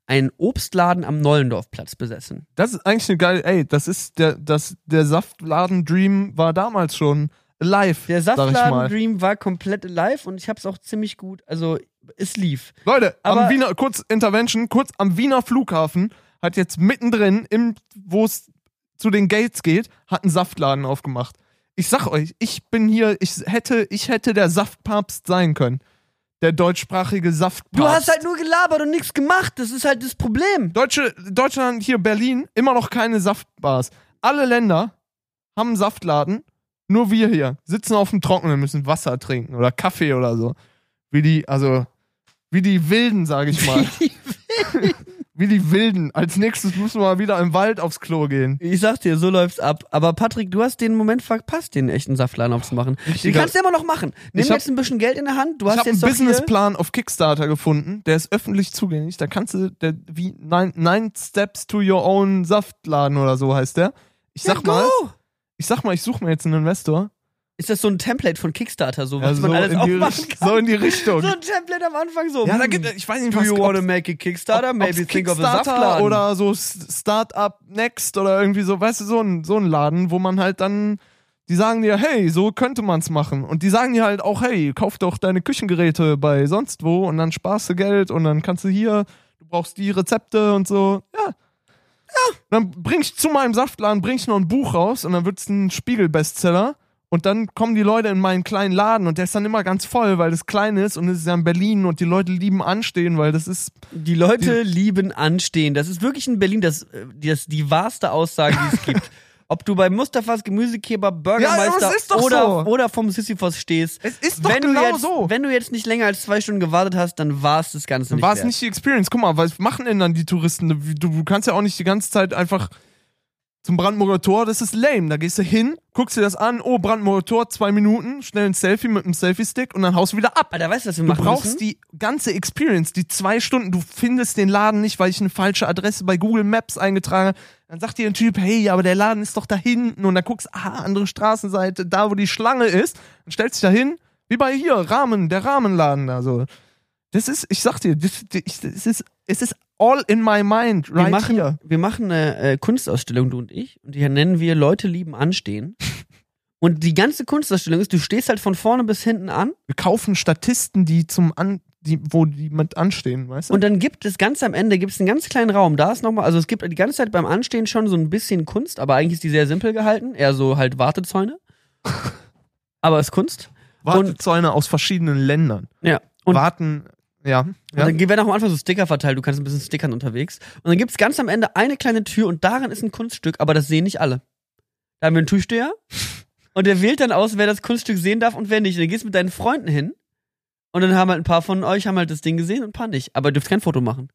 A: einen Obstladen am Nollendorfplatz besessen.
B: Das ist eigentlich eine geile, ey, das ist der, das, der Saftladen-Dream war damals schon live.
A: Der
B: sag ich mal.
A: Saftladen Dream war komplett live und ich habe es auch ziemlich gut, also es lief.
B: Leute, am
A: Aber-
B: Wiener, kurz Intervention, kurz am Wiener Flughafen hat jetzt mittendrin, im, wo es zu den Gates geht, hat einen Saftladen aufgemacht. Ich sag euch, ich bin hier, ich hätte, ich hätte der Saftpapst sein können. Der deutschsprachige
A: Du
B: Saftpapst.
A: hast halt nur gelabert und nichts gemacht, das ist halt das Problem.
B: Deutsche, Deutschland, hier Berlin, immer noch keine Saftbars. Alle Länder haben einen Saftladen, nur wir hier sitzen auf dem Trockenen, müssen Wasser trinken oder Kaffee oder so. Wie die, also, wie die Wilden,
A: <laughs>
B: sage ich mal. Wie die Wilden. Als nächstes müssen wir mal wieder im Wald aufs Klo gehen.
A: Ich sag dir, so läuft's ab. Aber Patrick, du hast den Moment verpasst, den echten Saftladen aufzumachen. Den
B: Richtiger-
A: kannst du immer noch machen. Nimm
B: Ich hab-
A: jetzt ein bisschen Geld in der Hand. Du
B: Ich
A: hast
B: habe einen
A: jetzt doch hier-
B: Businessplan auf Kickstarter gefunden, der ist öffentlich zugänglich. Da kannst du, der, wie nine, nine Steps to Your Own Saftladen oder so heißt der. Ich
A: Ja,
B: sag mal,
A: go!
B: ich sag mal, ich suche mir jetzt einen Investor.
A: Ist das so ein Template von Kickstarter, so was
B: Ja, so,
A: man alles
B: in die,
A: aufmachen
B: Richt-
A: kann?
B: so in die Richtung.
A: So ein Template am Anfang so.
B: ja, da
A: hm,
B: gibt ich weiß nicht,
A: Do
B: was
A: you
B: ob,
A: wanna make a Kickstarter? Maybe
B: ob's
A: think of a
B: Kickstarter
A: Saftladen.
B: oder so S- Startup Next oder irgendwie so, weißt du, so ein, so ein Laden, wo man halt dann, die sagen dir, hey, so könnte man's machen. Und die sagen dir halt auch, hey, kauf doch deine Küchengeräte bei sonst wo und dann sparst du Geld und dann kannst du hier, du brauchst die Rezepte und so. Ja. ja. Dann bring ich zu meinem Saftladen, bring ich noch ein Buch raus und dann wird's ein Spiegel-Bestseller. Und dann kommen die Leute in meinen kleinen Laden und der ist dann immer ganz voll, weil das klein ist und es ist ja in Berlin und die Leute lieben anstehen, weil das ist
A: Die Leute lieben anstehen. Das ist wirklich in Berlin das, äh, das die wahrste Aussage, die es
B: <laughs>
A: gibt. Ob du bei Mustafas Gemüsekeber,
B: Ja,
A: Bürgermeister
B: aber es ist doch
A: oder,
B: so.
A: oder vom Sisyphos stehst.
B: Es ist doch
A: wenn du
B: genau
A: jetzt,
B: so.
A: Wenn du jetzt nicht länger als zwei Stunden gewartet hast, dann war es das Ganze nicht
B: War es
A: wert.
B: nicht die Experience? Guck mal, was machen denn dann die Touristen? Du, du kannst ja auch nicht die ganze Zeit einfach zum Brandenburger Tor, das ist lame. Da gehst du hin, guckst dir das an, oh, Brandenburger Tor, zwei Minuten, schnell ein Selfie mit einem Selfie-Stick und dann haust du wieder ab.
A: Alter, weißt du, was wir
B: Du
A: machen
B: brauchst
A: müssen?
B: die ganze Experience, die zwei Stunden. Du findest den Laden nicht, weil ich eine falsche Adresse bei Google Maps eingetragen habe. Dann sagt dir ein Typ, hey, aber der Laden ist doch da hinten. Und dann guckst, aha, andere Straßenseite, da wo die Schlange ist. Und stellst dich da hin, wie bei hier, Rahmen, der Rahmenladen da so. Das ist, ich sag dir, das, das das ist, es ist all in my mind,
A: wir
B: right
A: machen,
B: here.
A: wir machen eine äh, Kunstausstellung, du und ich. Und die nennen wir Leute lieben anstehen. und die ganze Kunstausstellung ist, du stehst halt von vorne bis hinten an.
B: Wir kaufen Statisten, die zum an, die, wo die mit anstehen, weißt du?
A: Und dann gibt es ganz am Ende gibt es einen ganz kleinen Raum. Da ist nochmal, also es gibt die ganze Zeit beim Anstehen schon so ein bisschen Kunst, aber eigentlich ist die sehr simpel gehalten. Eher so halt Wartezäune. aber ist Kunst.
B: Wartezäune aus verschiedenen Ländern.
A: Ja. Und,
B: Warten, ja. ja.
A: und dann werden auch am Anfang so Sticker verteilt. Du kannst ein bisschen stickern unterwegs. Und dann gibt es ganz am Ende eine kleine Tür und darin ist ein Kunststück, aber das sehen nicht alle. Da haben wir einen
B: <laughs>
A: Türsteher und der wählt dann aus, wer das Kunststück sehen darf und wer nicht. Und dann gehst du mit deinen Freunden hin. Und dann haben halt ein paar von euch haben halt das Ding gesehen und ein paar nicht. Aber ihr dürft kein Foto machen.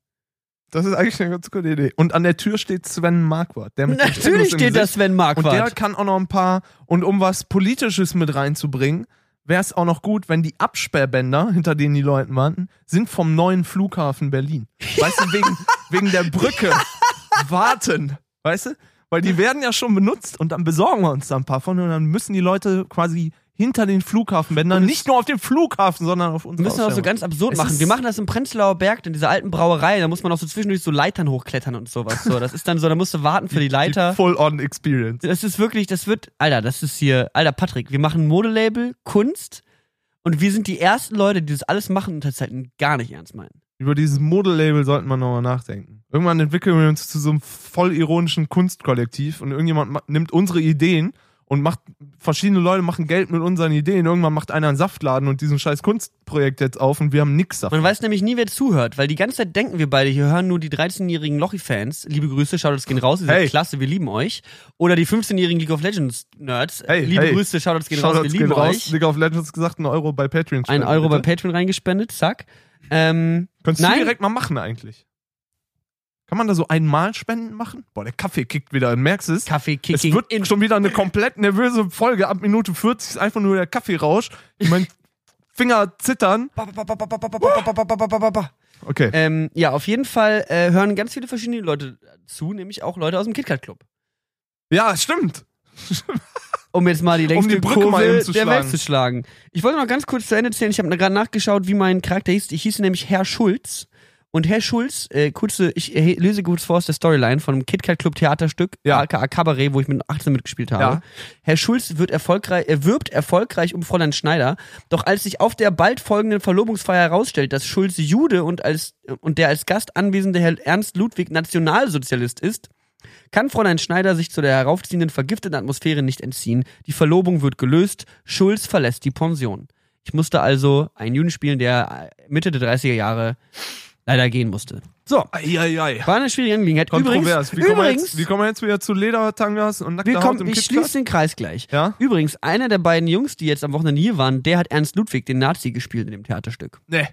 B: Das ist eigentlich eine ganz gute Idee. Und an der Tür steht Sven Marquardt. Der mit dem Tattoo
A: Natürlich
B: im
A: steht da
B: Gesicht.
A: Sven
B: Und
A: Marquardt.
B: der kann auch noch ein paar, und um was Politisches mit reinzubringen, wäre es auch noch gut, wenn die Absperrbänder, hinter denen die Leute warten, sind vom neuen Flughafen Berlin.
A: <laughs>
B: Weißt du, wegen, wegen der Brücke. Warten. Weißt du? Weil die werden ja schon benutzt und dann besorgen wir uns da ein paar von und dann müssen die Leute quasi hinter den Flughafenbändern, nicht nur auf dem Flughafen, sondern auf uns.
A: Wir müssen das so ganz absurd
B: Es
A: machen.
B: ist-
A: Wir machen das im Prenzlauer Berg, in dieser alten Brauerei. Da muss man auch so zwischendurch so Leitern hochklettern und sowas. So, das ist dann so, da musst du warten für die Leiter.
B: Full-on-Experience.
A: Das ist wirklich, das wird, Alter, das ist hier, Alter, Patrick, wir machen ein Modelabel, Kunst, Und wir sind die ersten Leute, die das alles machen und das halt gar nicht ernst meinen.
B: Über dieses Model-Label sollten wir nochmal nachdenken. Irgendwann entwickeln wir uns zu so einem voll ironischen Kunstkollektiv und irgendjemand ma- nimmt unsere Ideen und macht, verschiedene Leute machen Geld mit unseren Ideen. Irgendwann macht einer einen Saftladen und diesen scheiß Kunstprojekt jetzt auf und wir haben nix davon.
A: Man weiß nämlich nie, wer zuhört, weil die ganze Zeit denken wir beide, hier hören nur die 13-jährigen Lochi-Fans. Liebe Grüße, Shoutouts gehen raus, ihr
B: Hey.
A: seid klasse, wir lieben euch. Oder die 15-jährigen League of Legends-Nerds.
B: Hey,
A: Liebe
B: hey.
A: Grüße, Shoutouts gehen raus, wir
B: Shoutouts gehen
A: lieben euch.
B: raus. League of Legends gesagt, einen Euro bei Patreon.
A: Ein
B: spenden,
A: Euro
B: bitte.
A: bei Patreon reingespendet, zack. Ähm,
B: Kannst
A: Nein.
B: du direkt mal machen eigentlich. Kann man da so einmal Spenden machen? Boah, der Kaffee kickt wieder, du merkst es. Es
A: Kaffee-Kicking.
B: wird schon wieder eine komplett nervöse Folge. Ab Minute 40 ist einfach nur der Kaffeerausch. Ich mein Finger zittern.
A: Ba,
B: Äh,
A: ba, ba, ba, ba, ba, ba, ba, ba, ba, ba, ba, ba.
B: Okay.
A: Ähm, ja, auf jeden Fall äh, hören ganz viele verschiedene Leute zu, nämlich auch Leute aus dem KitKat-Club.
B: Ja, stimmt.
A: Um jetzt mal die längste
B: die Brücke
A: Kurve
B: mal eben zu
A: der
B: schlagen.
A: Welt zu schlagen. Ich wollte noch ganz kurz zu Ende erzählen. Ich habe gerade nachgeschaut, wie mein Charakter hieß. Ich hieß nämlich Herr Schulz. Und Herr Schulz, äh, kurze, ich äh, löse kurz vor aus der Storyline von einem KitKat Club Theaterstück,
B: Ja.
A: aka Cabaret, wo ich mit 18 mitgespielt habe.
B: Ja.
A: Herr Schulz wird erfolgreich, er wirbt erfolgreich um Fräulein Schneider. Doch als sich auf der bald folgenden Verlobungsfeier herausstellt, dass Schulz Jude und, als, und der als Gast anwesende Herr Ernst Ludwig Nationalsozialist ist, kann Fräulein Schneider sich zu der heraufziehenden vergifteten Atmosphäre nicht entziehen. Die Verlobung wird gelöst. Schulz verlässt die Pension. Ich musste also einen Juden spielen, der äh, Mitte der 30er Jahre leider gehen musste. So,
B: Eieiei.
A: war eine schwierige Angelegenheit. Übrigens,
B: Kontrovers. Wie kommen, wir
A: übrigens
B: jetzt, wie kommen wir jetzt wieder zu Ledertangas und nackter
A: wir
B: Haut im
A: kommen, ich schließe
B: Kitkat?
A: den Kreis gleich.
B: Ja?
A: Übrigens, einer der beiden Jungs, die jetzt am Wochenende hier waren, der hat Ernst Ludwig, den Nazi, gespielt in dem Theaterstück.
B: Nee.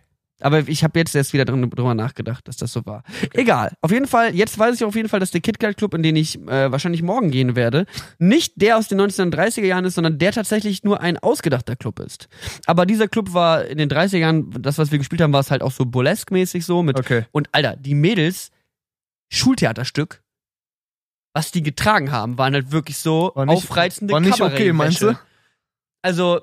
A: Aber ich habe jetzt erst wieder drin, drüber nachgedacht, dass das so war. Egal. Auf jeden Fall, jetzt weiß ich auf jeden Fall, dass der KitKat Club, in den ich äh, wahrscheinlich morgen gehen werde, nicht der aus den 1930er Jahren ist, sondern der tatsächlich nur ein ausgedachter Club ist. Aber dieser Club war in den 30er Jahren, das, was wir gespielt haben, war es halt auch so burlesque-mäßig so mit.
B: Okay.
A: Und Alter, die Mädels, Schultheaterstück, was die getragen haben, waren halt wirklich so
B: War nicht-
A: aufreizende
B: war nicht okay, meinst du?
A: Kabarettwäsche. Also,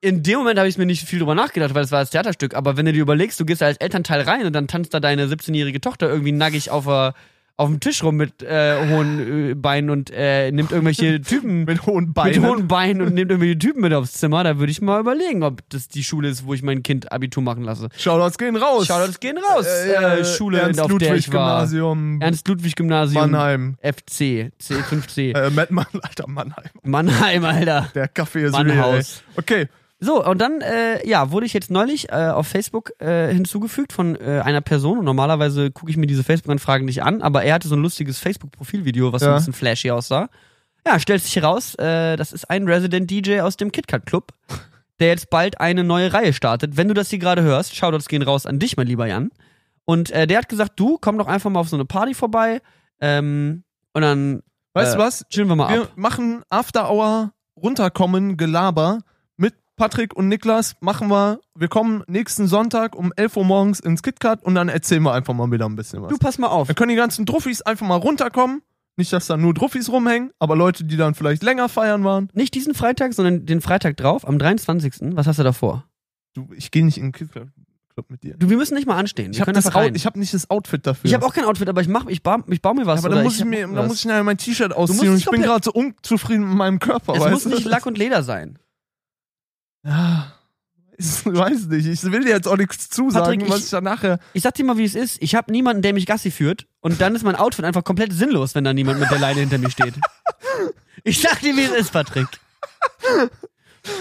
A: in dem Moment habe ich mir nicht viel drüber nachgedacht, weil es war das Theaterstück. Aber wenn du dir überlegst, du gehst da als Elternteil rein und dann tanzt da deine 17-jährige Tochter irgendwie nackig auf, äh, auf dem Tisch rum mit äh, hohen äh, Beinen und äh, nimmt irgendwelche
B: <laughs>
A: Typen
B: Mit hohen
A: mit
B: Beinen.
A: hohen Beinen und nimmt irgendwelche Typen mit aufs Zimmer. Da würde ich mal überlegen, ob das die Schule ist, wo ich mein Kind Abitur machen lasse.
B: Shoutouts gehen raus.
A: Shoutouts gehen raus.
B: Äh,
A: Äh, Schule,
B: Ernst
A: auf
B: Ludwig
A: der ich war.
B: Gymnasium.
A: Ernst-Ludwig-Gymnasium.
B: Mannheim.
A: FC.
B: <laughs>
A: C5C.
B: Äh, Matt Mann, Alter, Mannheim.
A: Mannheim, Alter.
B: Der Kaffee ist
A: Mannhaus.
B: real, ey. Okay.
A: So, und dann, äh, ja, wurde ich jetzt neulich äh, auf Facebook äh, hinzugefügt von äh, einer Person. Und normalerweise gucke ich mir diese Facebook-Anfragen nicht an, aber er hatte so ein lustiges Facebook-Profilvideo, was so
B: Ja.
A: ein bisschen flashy aussah. Ja, stellt sich heraus, äh, das ist ein Resident-DJ aus dem KitKat-Club, der jetzt bald eine neue Reihe startet. Wenn du das hier gerade hörst, Shoutouts gehen raus an dich, mein lieber Jan. Und äh, der hat gesagt, du, komm doch einfach mal auf so eine Party vorbei. Ähm, und dann
B: Weißt
A: Äh,
B: du was?
A: chillen wir mal ab.
B: Wir machen After Hour runterkommen, Gelaber mit Patrick und Niklas. Machen wir, wir kommen nächsten Sonntag um 11 Uhr morgens ins KitKat und dann erzählen wir einfach mal wieder ein bisschen was.
A: Du, pass mal auf.
B: Dann können die ganzen Druffis einfach mal runterkommen. Nicht, dass da nur Druffis rumhängen, aber Leute, die dann vielleicht länger feiern waren.
A: Nicht diesen Freitag, sondern den Freitag drauf, am 23. Was hast du davor?
B: Du, ich gehe nicht in den KitKat Club mit dir.
A: Du, wir müssen nicht mal anstehen.
B: Ich
A: wir
B: habe
A: können
B: das
A: einfach
B: Out,
A: rein.
B: ich hab nicht das Outfit dafür.
A: Ich habe auch kein Outfit, aber ich mach, ich baue ich bau mir was.
B: aber
A: oder
B: dann muss ich, mir,
A: hab
B: dann
A: was.
B: muss ich nachher mein T-Shirt
A: musst
B: ausziehen und
A: nicht
B: ich bin gerade so unzufrieden mit meinem Körper.
A: es
B: weißt
A: muss
B: du?
A: nicht Lack und Leder sein.
B: Ja, Ah, ich <laughs> weiß nicht. Ich will dir jetzt auch nichts zusagen,
A: Patrick, ich-
B: was ich dann nachher.
A: Ich sag dir mal, wie es ist. Ich habe niemanden, der mich Gassi führt. Und dann ist mein Outfit einfach komplett sinnlos, wenn da niemand mit der Leine hinter mir steht. Ich sag dir, wie es ist, Patrick.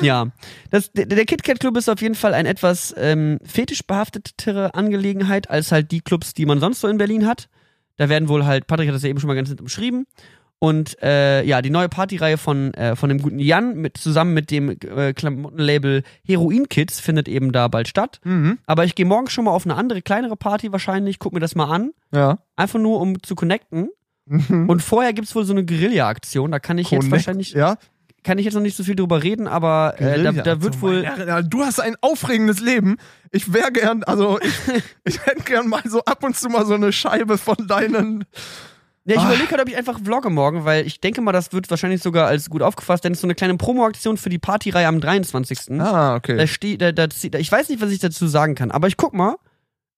A: Ja, das, der, der KitKat Club ist auf jeden Fall ein etwas ähm, fetischbehaftetere Angelegenheit als halt die Clubs, die man sonst so in Berlin hat. Da werden wohl halt, Patrick hat das ja eben schon mal ganz nett umschrieben. Und äh, ja, die neue Partyreihe von, äh, von dem guten Jan mit, zusammen mit dem äh, Klamottenlabel Heroin Kids findet eben da bald statt.
B: Mhm.
A: Aber ich gehe morgen schon mal auf eine andere, kleinere Party wahrscheinlich, guck mir das mal an.
B: Ja.
A: Einfach nur, um zu connecten.
B: Und
A: Und vorher gibt's wohl so eine Guerilla-Aktion. Da kann ich jetzt wahrscheinlich,
B: Mhm. Oh, Ja.
A: kann ich jetzt noch nicht so viel drüber reden, aber äh, da, da wird wohl.
B: Ja, ja, also du hast ein aufregendes Leben. Ich wäre gern, also <laughs> ich, ich hätte gern mal so ab und zu mal so eine Scheibe von deinen.
A: Ja, ich
B: Ah.
A: überlege halt, ob ich einfach vlogge morgen, weil ich denke mal, das wird wahrscheinlich sogar als gut aufgefasst, denn es ist so eine kleine Promo-Aktion für die Partyreihe am 23.
B: Ah, okay.
A: Da steht, da, da, da, ich weiß nicht, was ich dazu sagen kann, aber ich guck mal.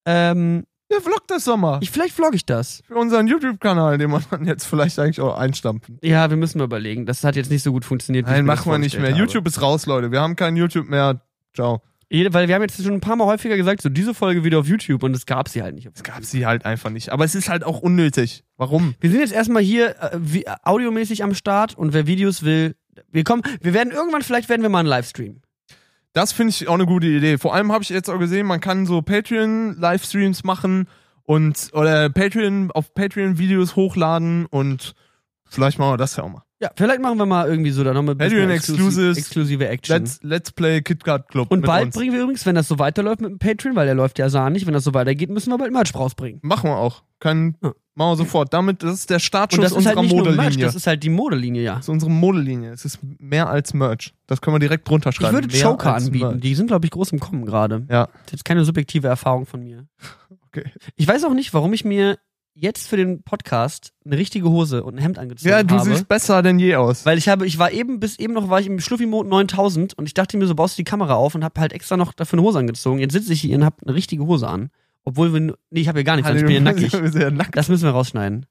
A: Ähm,
B: Ja, vlog das doch mal.
A: ich, vielleicht vlogge ich das.
B: Für unseren YouTube-Kanal, den man dann jetzt vielleicht eigentlich auch einstampfen.
A: Ja, wir müssen mal überlegen. Das hat jetzt nicht so gut funktioniert. wie ich
B: Nein,
A: mir das
B: machen wir nicht
A: vorgestellt
B: mehr.
A: habe.
B: YouTube ist raus, Leute. Wir haben kein YouTube mehr. Ciao.
A: Jede, weil wir haben jetzt schon ein paar Mal häufiger gesagt, so diese Folge wieder auf YouTube und es gab sie halt nicht. auf-
B: Es gab sie halt einfach nicht. Aber es ist halt auch unnötig. Warum?
A: Wir sind jetzt erstmal hier äh, wie, audiomäßig am Start und wer Videos will, wir kommen, wir werden irgendwann, vielleicht werden wir mal einen Livestream.
B: Das finde ich auch eine gute Idee. Vor allem habe ich jetzt auch gesehen, man kann so Patreon-Livestreams machen und oder Patreon auf Patreon-Videos hochladen und vielleicht machen wir das ja auch mal.
A: Ja, vielleicht machen wir mal irgendwie so da nochmal
B: Patreon Exclusives.
A: exklusive Action.
B: Let's, let's play KitKat Club.
A: und
B: mit
A: bald
B: uns.
A: bringen wir übrigens, wenn das so weiterläuft mit dem Patreon, weil der läuft ja sah nicht, wenn das so weitergeht, müssen wir bald Merch rausbringen.
B: Machen wir auch. Können,
A: Ja.
B: Machen wir sofort. Damit, das ist der
A: Und
B: Startschuss
A: das ist
B: unserer
A: halt nicht nur Merch,
B: Modelinie.
A: das
B: Das
A: ist halt die Modelinie, ja.
B: ist unsere Modelinie. Es ist mehr als Merch. Das können wir direkt drunter
A: Ich
B: schreiben.
A: würde
B: Mehr
A: Joker
B: als
A: anbieten.
B: Merch.
A: Die sind, glaube ich, groß im Kommen gerade.
B: Ja.
A: Das ist jetzt keine subjektive Erfahrung von mir.
B: <laughs> Okay.
A: Ich weiß auch nicht, warum ich mir jetzt für den Podcast eine richtige Hose und ein Hemd angezogen
B: Ja, du
A: habe.
B: siehst besser denn je aus.
A: Weil ich habe, ich war eben, bis eben noch war ich im Schluffi-Mode 9000 und ich dachte mir so, baust du die Kamera auf und habe halt extra noch dafür eine Hose angezogen. Jetzt sitze ich hier und habe eine richtige Hose an. Obwohl wir, nur- nee, ich habe hier gar nichts an, ich bin hier nackig.
B: <laughs> Sehr nackt.
A: Das müssen wir rausschneiden.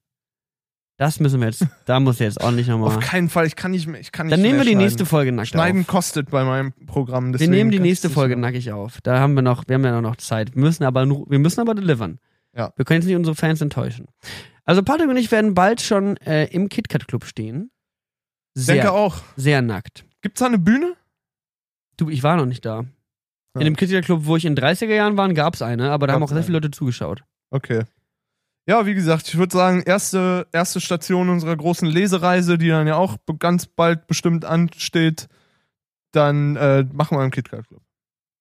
A: Das müssen wir jetzt, da muss jetzt ordentlich
B: Auf
A: nochmal.
B: keinen Fall. Ich kann nicht mehr. Ich kann nicht
A: Dann nehmen
B: mehr
A: wir die
B: schneiden.
A: nächste Folge nackt
B: Schneiden
A: auf.
B: kostet bei meinem Programm.
A: Wir
B: Deswegen
A: nehmen die
B: kannst
A: nächste
B: du's
A: Folge
B: nicht
A: nackig auf. Da haben wir noch, wir haben ja noch Zeit. Wir müssen aber, nur- wir müssen aber delivern.
B: Ja.
A: Wir können jetzt nicht unsere Fans enttäuschen. Also Patrick und ich werden bald schon äh, im KitKat Club stehen.
B: machen. Denke
A: Sehr,
B: auch.
A: sehr nackt.
B: Gibt's da eine Bühne?
A: Du, ich war noch nicht da.
B: Ja.
A: In dem KitKat Club, wo ich in 30er Jahren war, gab es eine, aber da haben auch
B: Gab's
A: sehr viele Leute zugeschaut.
B: Okay. Ja, wie gesagt, ich würde sagen, erste, erste Station unserer großen Lesereise, die dann ja auch be- ganz bald bestimmt ansteht, dann äh, machen wir einen KitKat Club.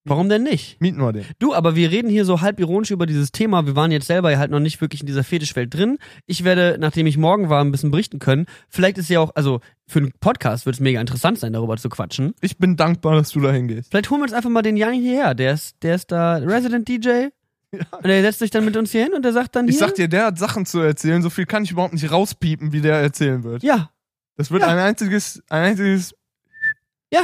A: Warum denn nicht?
B: Mieten wir den.
A: Du, aber wir reden hier so halb ironisch über dieses Thema. Wir waren jetzt selber halt noch nicht wirklich in dieser Fetischwelt drin. Ich werde, nachdem ich morgen war, ein bisschen berichten können. Vielleicht ist ja auch, also für einen Podcast wird es mega interessant sein, darüber zu quatschen.
B: Ich bin dankbar, dass du da hingehst. <laughs>
A: Vielleicht holen wir uns einfach mal den Jan hierher. Der ist, der ist da Resident DJ. Und der setzt sich dann mit uns hier hin und der sagt dann
B: Ich
A: hier.
B: sag dir, der hat Sachen zu erzählen, so viel kann ich überhaupt nicht rauspiepen, wie der erzählen wird.
A: ja,
B: Das wird
A: Ja.
B: ein einziges, ein einziges.
A: Ja.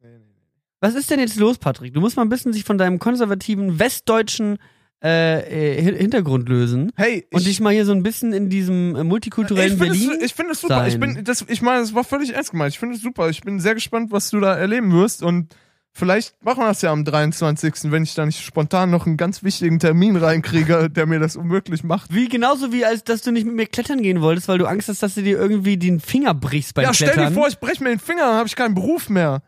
B: Nee, nee, nee.
A: was ist denn jetzt los, Patrick? Du musst mal ein bisschen sich von deinem konservativen westdeutschen äh, äh, Hin- Hintergrund lösen
B: Hey,
A: und
B: ich,
A: dich mal hier so ein bisschen in diesem äh, multikulturellen
B: ich finde
A: Berlin.
B: es, ich finde es super. Ich
A: sein.
B: bin, das, ich meine, das war völlig ernst gemeint. Ich finde es super. Ich bin sehr gespannt, was du da erleben wirst und vielleicht machen wir das ja am 23., wenn ich da nicht spontan noch einen ganz wichtigen Termin reinkriege, der mir das unmöglich macht.
A: wie genauso wie als dass du nicht mit mir klettern gehen wolltest, weil du Angst hast, dass du dir irgendwie den Finger brichst beim
B: ja, stell
A: Klettern.
B: dir vor, ich breche mir den Finger, dann habe ich keinen Beruf mehr.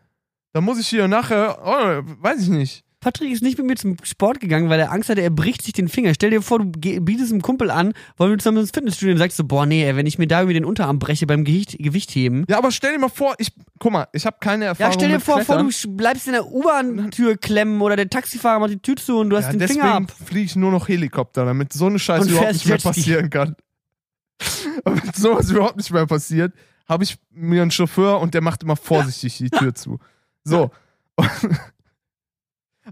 B: Dann muss ich hier nachher, oh, weiß ich nicht.
A: Patrick ist nicht mit mir zum Sport gegangen, weil er Angst hatte, er bricht sich den Finger. Stell dir vor, du ge- bietest einem Kumpel an, wollen wir zusammen ins Fitnessstudio und sagst so, boah, nee, ey, wenn ich mir da irgendwie den Unterarm breche beim Gewicht, Gewicht heben.
B: Ja, aber stell dir mal vor, ich, guck mal, ich habe keine
A: Ja,
B: Erfahrung.
A: stell dir
B: mit
A: vor, vor,
B: Klettern.
A: du sch- bleibst in der U-Bahn-Tür klemmen oder der Taxifahrer macht die Tür zu und du hast
B: ja,
A: den
B: deswegen
A: Finger ab.
B: fliege ich nur noch Helikopter, damit so eine Scheiße
A: Und
B: überhaupt
A: fährst
B: nicht mehr
A: Jetski.
B: passieren kann. damit sowas überhaupt nicht mehr passiert, habe ich mir einen Chauffeur und der macht immer vorsichtig die Tür zu. So. <laughs>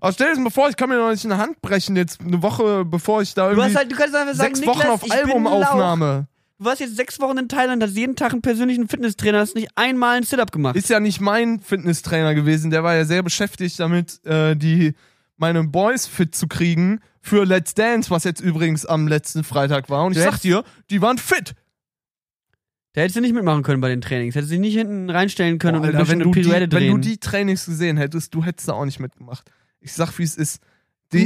B: Aber stell dir das mal vor, ich kann mir noch nicht eine Hand brechen jetzt eine Woche, bevor ich da
A: Du, hast
B: irgendwie
A: halt, du kannst einfach sagen,
B: sechs
A: Niklas,
B: Wochen auf
A: ich bin Lauch.
B: Albumaufnahme.
A: Du warst jetzt sechs Wochen in Thailand, hast jeden Tag einen persönlichen Fitnesstrainer, hast nicht einmal einen Sit-Up gemacht.
B: Ist ja nicht mein Fitnesstrainer gewesen, der war ja sehr beschäftigt damit, äh, die meine Boys fit zu kriegen für Let's Dance, was jetzt übrigens am letzten Freitag war. Und
A: Du
B: ich sag
A: hättest-
B: dir, die waren fit.
A: da hättest du nicht mitmachen können bei den Trainings. Hättest du dich nicht hinten reinstellen können
B: Boah,
A: und ein
B: Alter,
A: bisschen
B: wenn, du
A: eine
B: die,
A: Pirouette
B: wenn
A: drehen.
B: du die Trainings gesehen hättest, du hättest da auch nicht mitgemacht. Ich sag, wie es ist. Die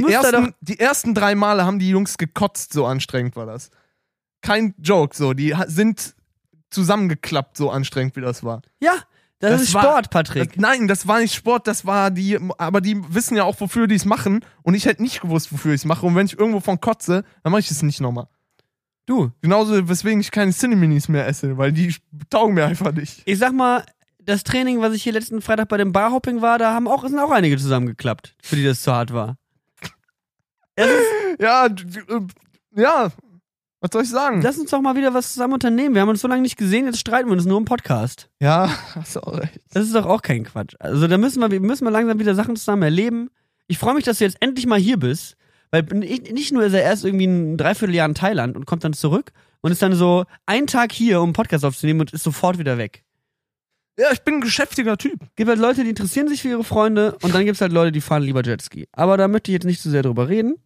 A: Du musst da
B: ersten, die ersten drei Male haben die Jungs gekotzt, so anstrengend war das. Kein Joke, so. Die ha- sind zusammengeklappt, so anstrengend wie das war.
A: ja, das,
B: Das
A: ist
B: war-
A: Sport,
B: Das,
A: Patrick.
B: nein, das war nicht Sport, das war die. Aber die wissen ja auch, wofür die es machen. Und ich hätte nicht gewusst, wofür ich es mache. Und wenn ich irgendwo von kotze, dann mache ich es nicht nochmal.
A: Du,
B: Genauso, weswegen ich keine Cineminis mehr esse, weil die taugen mir einfach nicht.
A: ich sag mal, das Training, was ich hier letzten Freitag bei dem Barhopping war, da haben auch, sind auch einige zusammengeklappt, für die das zu hart war.
B: Ja, d- d- äh, ja. Was soll ich sagen?
A: Lass uns doch mal wieder was zusammen unternehmen. Wir haben uns so lange nicht gesehen, jetzt streiten wir uns nur im Podcast.
B: Ja,
A: <laughs>
B: hast auch recht.
A: Das ist doch auch kein Quatsch. Also da müssen wir, wir müssen wir langsam wieder Sachen zusammen erleben. Ich freue mich, dass du jetzt endlich mal hier bist, weil ich, nicht nur ist er erst irgendwie ein Dreivierteljahr in Thailand und kommt dann zurück und ist dann so einen Tag hier, um einen Podcast aufzunehmen und ist sofort wieder weg.
B: Ja, ich bin ein geschäftiger Typ.
A: Gibt halt Leute, die interessieren sich für ihre Freunde und dann gibt es halt Leute, die fahren lieber Jetski. Aber da möchte ich jetzt nicht zu sehr drüber reden.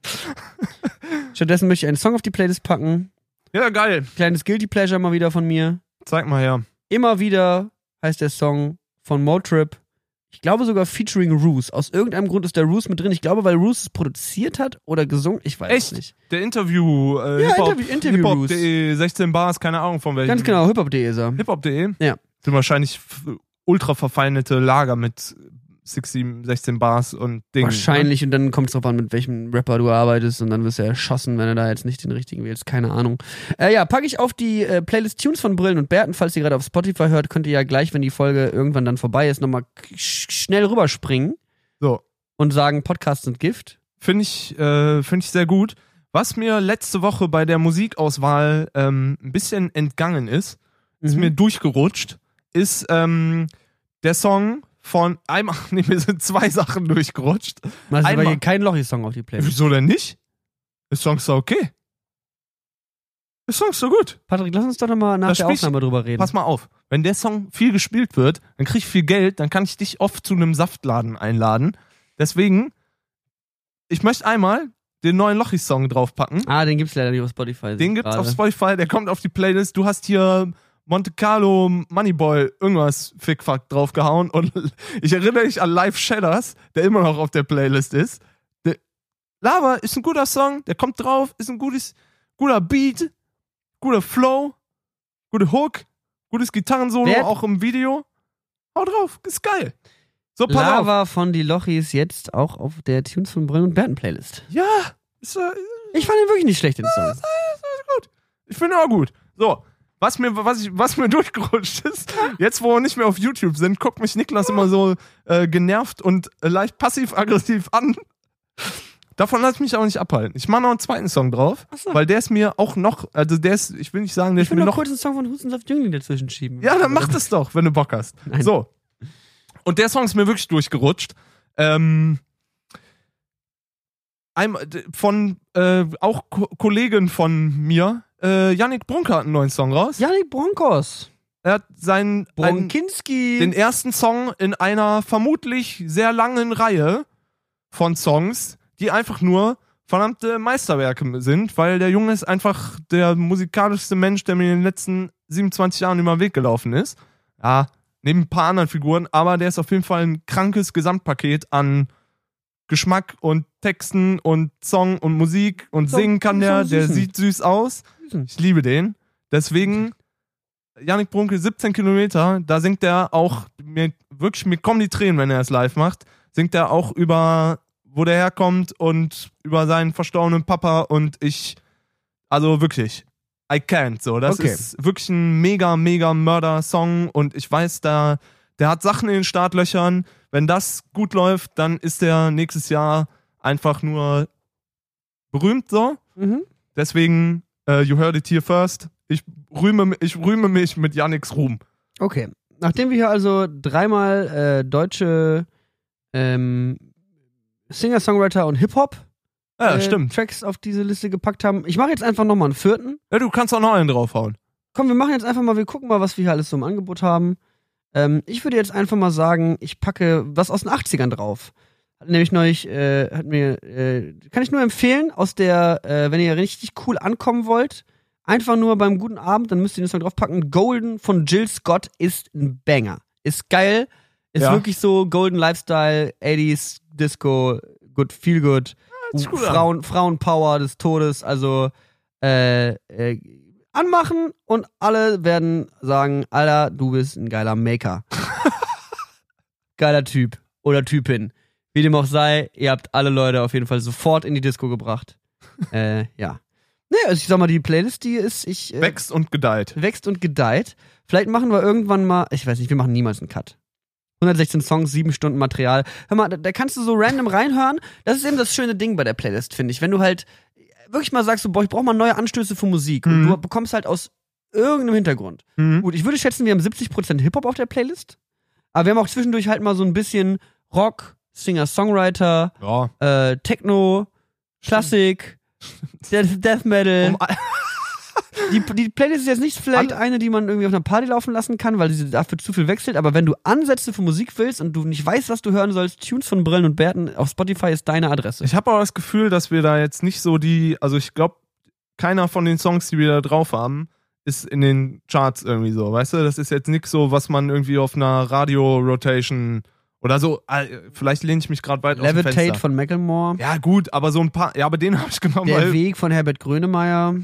A: Stattdessen möchte ich einen Song auf die Playlist packen.
B: Ja, geil.
A: Kleines Guilty Pleasure mal wieder von mir.
B: Zeig mal her.
A: Immer wieder heißt der Song von Motrip. Ich glaube sogar featuring Roos. Aus irgendeinem Grund ist der Roos mit drin. Ich glaube, weil Roos es produziert hat oder gesungen. Ich weiß es
B: Echt?
A: nicht.
B: Der Interview, äh,
A: Ja,
B: Hip-Hop,
A: Interview- Interview Rules.
B: Hip-Hop.de, 16 Bars, keine Ahnung von welchem.
A: Ganz genau, hiphop.de ist er.
B: Hip-Hop.de
A: Ja.
B: sind wahrscheinlich f- ultra verfeinerte Lager mit 16, 16 Bars und Dingen. ne?
A: Wahrscheinlich und dann kommt es drauf an, mit welchem Rapper du arbeitest und dann wirst du erschossen, wenn du da jetzt nicht den richtigen wählst. Keine Ahnung. Äh, ja, packe ich auf die äh, Playlist Tunes von Brillen und Bärten. Falls ihr gerade auf Spotify hört, könnt ihr ja gleich, wenn die Folge irgendwann dann vorbei ist, nochmal k- sch- schnell rüberspringen
B: So.
A: und sagen, Podcasts sind Gift.
B: Finde ich, äh, find ich sehr gut. Was mir letzte Woche bei der Musikauswahl ähm, ein bisschen entgangen ist,
A: Mhm.
B: ist mir durchgerutscht, ist ähm, der Song von einmal, <laughs> nee, mir sind zwei Sachen durchgerutscht.
A: Also, weil
B: einmal-
A: hier kein Lochi-Song auf die Playlist.
B: Wieso denn nicht? Der Song ist doch okay. Der Song ist so gut.
A: Patrick, lass uns doch nochmal nach
B: Das
A: der
B: spielst-
A: Aufnahme drüber reden.
B: Pass mal auf, wenn der Song viel gespielt wird, dann krieg ich viel Geld, dann kann ich dich oft zu einem Saftladen einladen. Deswegen, ich möchte einmal den neuen Lochi-Song draufpacken.
A: Ah, den gibt's leider nicht auf Spotify. sehe
B: Den
A: ich
B: gibt's
A: gerade.
B: auf Spotify, der kommt auf die Playlist. Du hast hier Monte Carlo, Moneyboy, irgendwas Fickfuck draufgehauen. Und <laughs> ich erinnere mich an Live Shadows, der immer noch auf der Playlist ist. Der Lava ist ein guter Song, der kommt drauf, ist ein gutes, guter Beat, guter Flow, gute Hook, gutes Gitarrensolo,
A: Wer-
B: auch im Video. Hau drauf, ist geil. So, pass auf.
A: Lava von die Lochis jetzt auch auf der Tunes von Brillen und Bärten Playlist.
B: Ja, ist, äh,
A: Ich fand ihn wirklich nicht schlecht, den Song.
B: Ich finde auch gut. So, was mir, was ich, was mir <laughs> durchgerutscht
A: <laughs>
B: ist, jetzt wo wir nicht mehr auf YouTube sind, guckt mich Niklas immer so äh, genervt und äh, leicht passiv-aggressiv an. Davon lasse ich mich auch nicht abhalten. Ich mache noch einen zweiten Song drauf,
A: Ach so.
B: weil der ist mir auch noch, also der ist, ich will nicht sagen, der
A: Ich
B: ist
A: will
B: mir
A: noch
B: noch.
A: kurz einen Song von Hustensaft Jüngling dazwischen schieben.
B: Ja, dann mach das doch, wenn du Bock hast.
A: Nein.
B: So. Und der Song ist mir wirklich durchgerutscht. Ähm, einmal d- von äh, auch Ko Kollegen von mir, äh, Yannick Brunker hat einen neuen Song raus.
A: Janik Bronkos.
B: Er hat seinen einen,
A: Bronkinski.
B: den ersten Song in einer vermutlich sehr langen Reihe von Songs, die einfach nur verdammte Meisterwerke sind, weil der Junge ist einfach der musikalischste Mensch, der mir in den letzten 27 Jahren über den Weg gelaufen ist. Ja, neben ein paar anderen Figuren, aber der ist auf jeden Fall ein krankes Gesamtpaket an Geschmack und Texten und Song und Musik und
A: So,
B: singen kann der,
A: so
B: der
A: süßen.
B: sieht süß aus. Ich liebe den. Deswegen, Yannick Brunke, 17 Kilometer, da singt er auch, mir, wirklich, mir kommen die Tränen, wenn er es live macht, singt er auch über, wo der herkommt und über seinen verstorbenen Papa und ich, also wirklich, I can't, so. Das
A: Okay.
B: ist wirklich ein mega, mega Mörder-Song und ich weiß, da, der hat Sachen in den Startlöchern. Wenn das gut läuft, dann ist der nächstes Jahr einfach nur berühmt, so.
A: Mhm.
B: Deswegen, äh, you heard it here first. Ich rühme, ich rühme mich mit Yannicks Ruhm.
A: Okay. Nachdem wir hier also dreimal äh, deutsche ähm, Singer-Songwriter und Hip-Hop
B: Ja,
A: äh,
B: stimmt.
A: Tracks auf diese Liste gepackt haben, ich mache jetzt einfach nochmal einen vierten.
B: Ja, du kannst auch noch einen draufhauen.
A: Komm, wir machen jetzt einfach mal, wir gucken mal, was wir hier alles so im Angebot haben. Ähm, ich würde jetzt einfach mal sagen, ich packe was aus den 80ern drauf. Hat nämlich neulich, äh, hat mir, äh, kann ich nur empfehlen, aus der, äh, wenn ihr richtig cool ankommen wollt, einfach nur beim guten Abend, dann müsst ihr den Song draufpacken. Golden von Jill Scott ist ein Banger. Ist geil, ist
B: Ja.
A: wirklich so Golden Lifestyle, 80s, Disco, good, feel good.
B: hört sich gut an.
A: Frauen, Frauenpower des Todes, also äh, äh, anmachen und alle werden sagen, Alter, du bist ein geiler
B: <laughs>
A: Maker. geiler Typ oder Typin. Wie dem auch sei, ihr habt alle Leute auf jeden Fall sofort in die Disco
B: <laughs>
A: gebracht. äh, ja. Naja, also ich sag mal, die Playlist, die ist, ich. Äh,
B: Wächst und gedeiht.
A: wächst und gedeiht. Vielleicht machen wir irgendwann mal, ich weiß nicht, wir machen niemals einen Cut. 116 Songs, 7 Stunden Material. Hör mal, da, da kannst du so random reinhören. Das ist eben das schöne Ding bei der Playlist, finde ich. Wenn du halt wirklich mal sagst, so, boah, ich brauche mal neue Anstöße für Musik. Und
B: Mhm.
A: du bekommst halt aus irgendeinem Hintergrund.
B: Mhm.
A: Gut, ich würde schätzen, wir haben 70% Hip-Hop auf der Playlist. Aber wir haben auch zwischendurch halt mal so ein bisschen Rock, Singer, Songwriter,
B: Ja.
A: äh, Techno,
B: <laughs>
A: Klassik, Death, Death Metal.
B: Um a-
A: Die, die Playlist ist jetzt nicht vielleicht eine, die man irgendwie auf einer Party laufen lassen kann, weil sie dafür zu viel wechselt, aber wenn du Ansätze für Musik willst und du nicht weißt, was du hören sollst, Tunes von Brillen und Bärten auf Spotify ist deine Adresse.
B: Ich habe aber das Gefühl, dass wir da jetzt nicht so die, also ich glaube, keiner von den Songs, die wir da drauf haben, ist in den Charts irgendwie so, weißt du? Das ist jetzt nichts so, was man irgendwie auf einer Radio-Rotation Oder so, äh, vielleicht lehne ich mich gerade weit aus dem
A: Levitate
B: Fenster.
A: von Macklemore.
B: ja, gut, aber so ein paar. Ja, aber den habe ich genommen,
A: Der
B: weil.
A: Weg von Herbert Grönemeyer.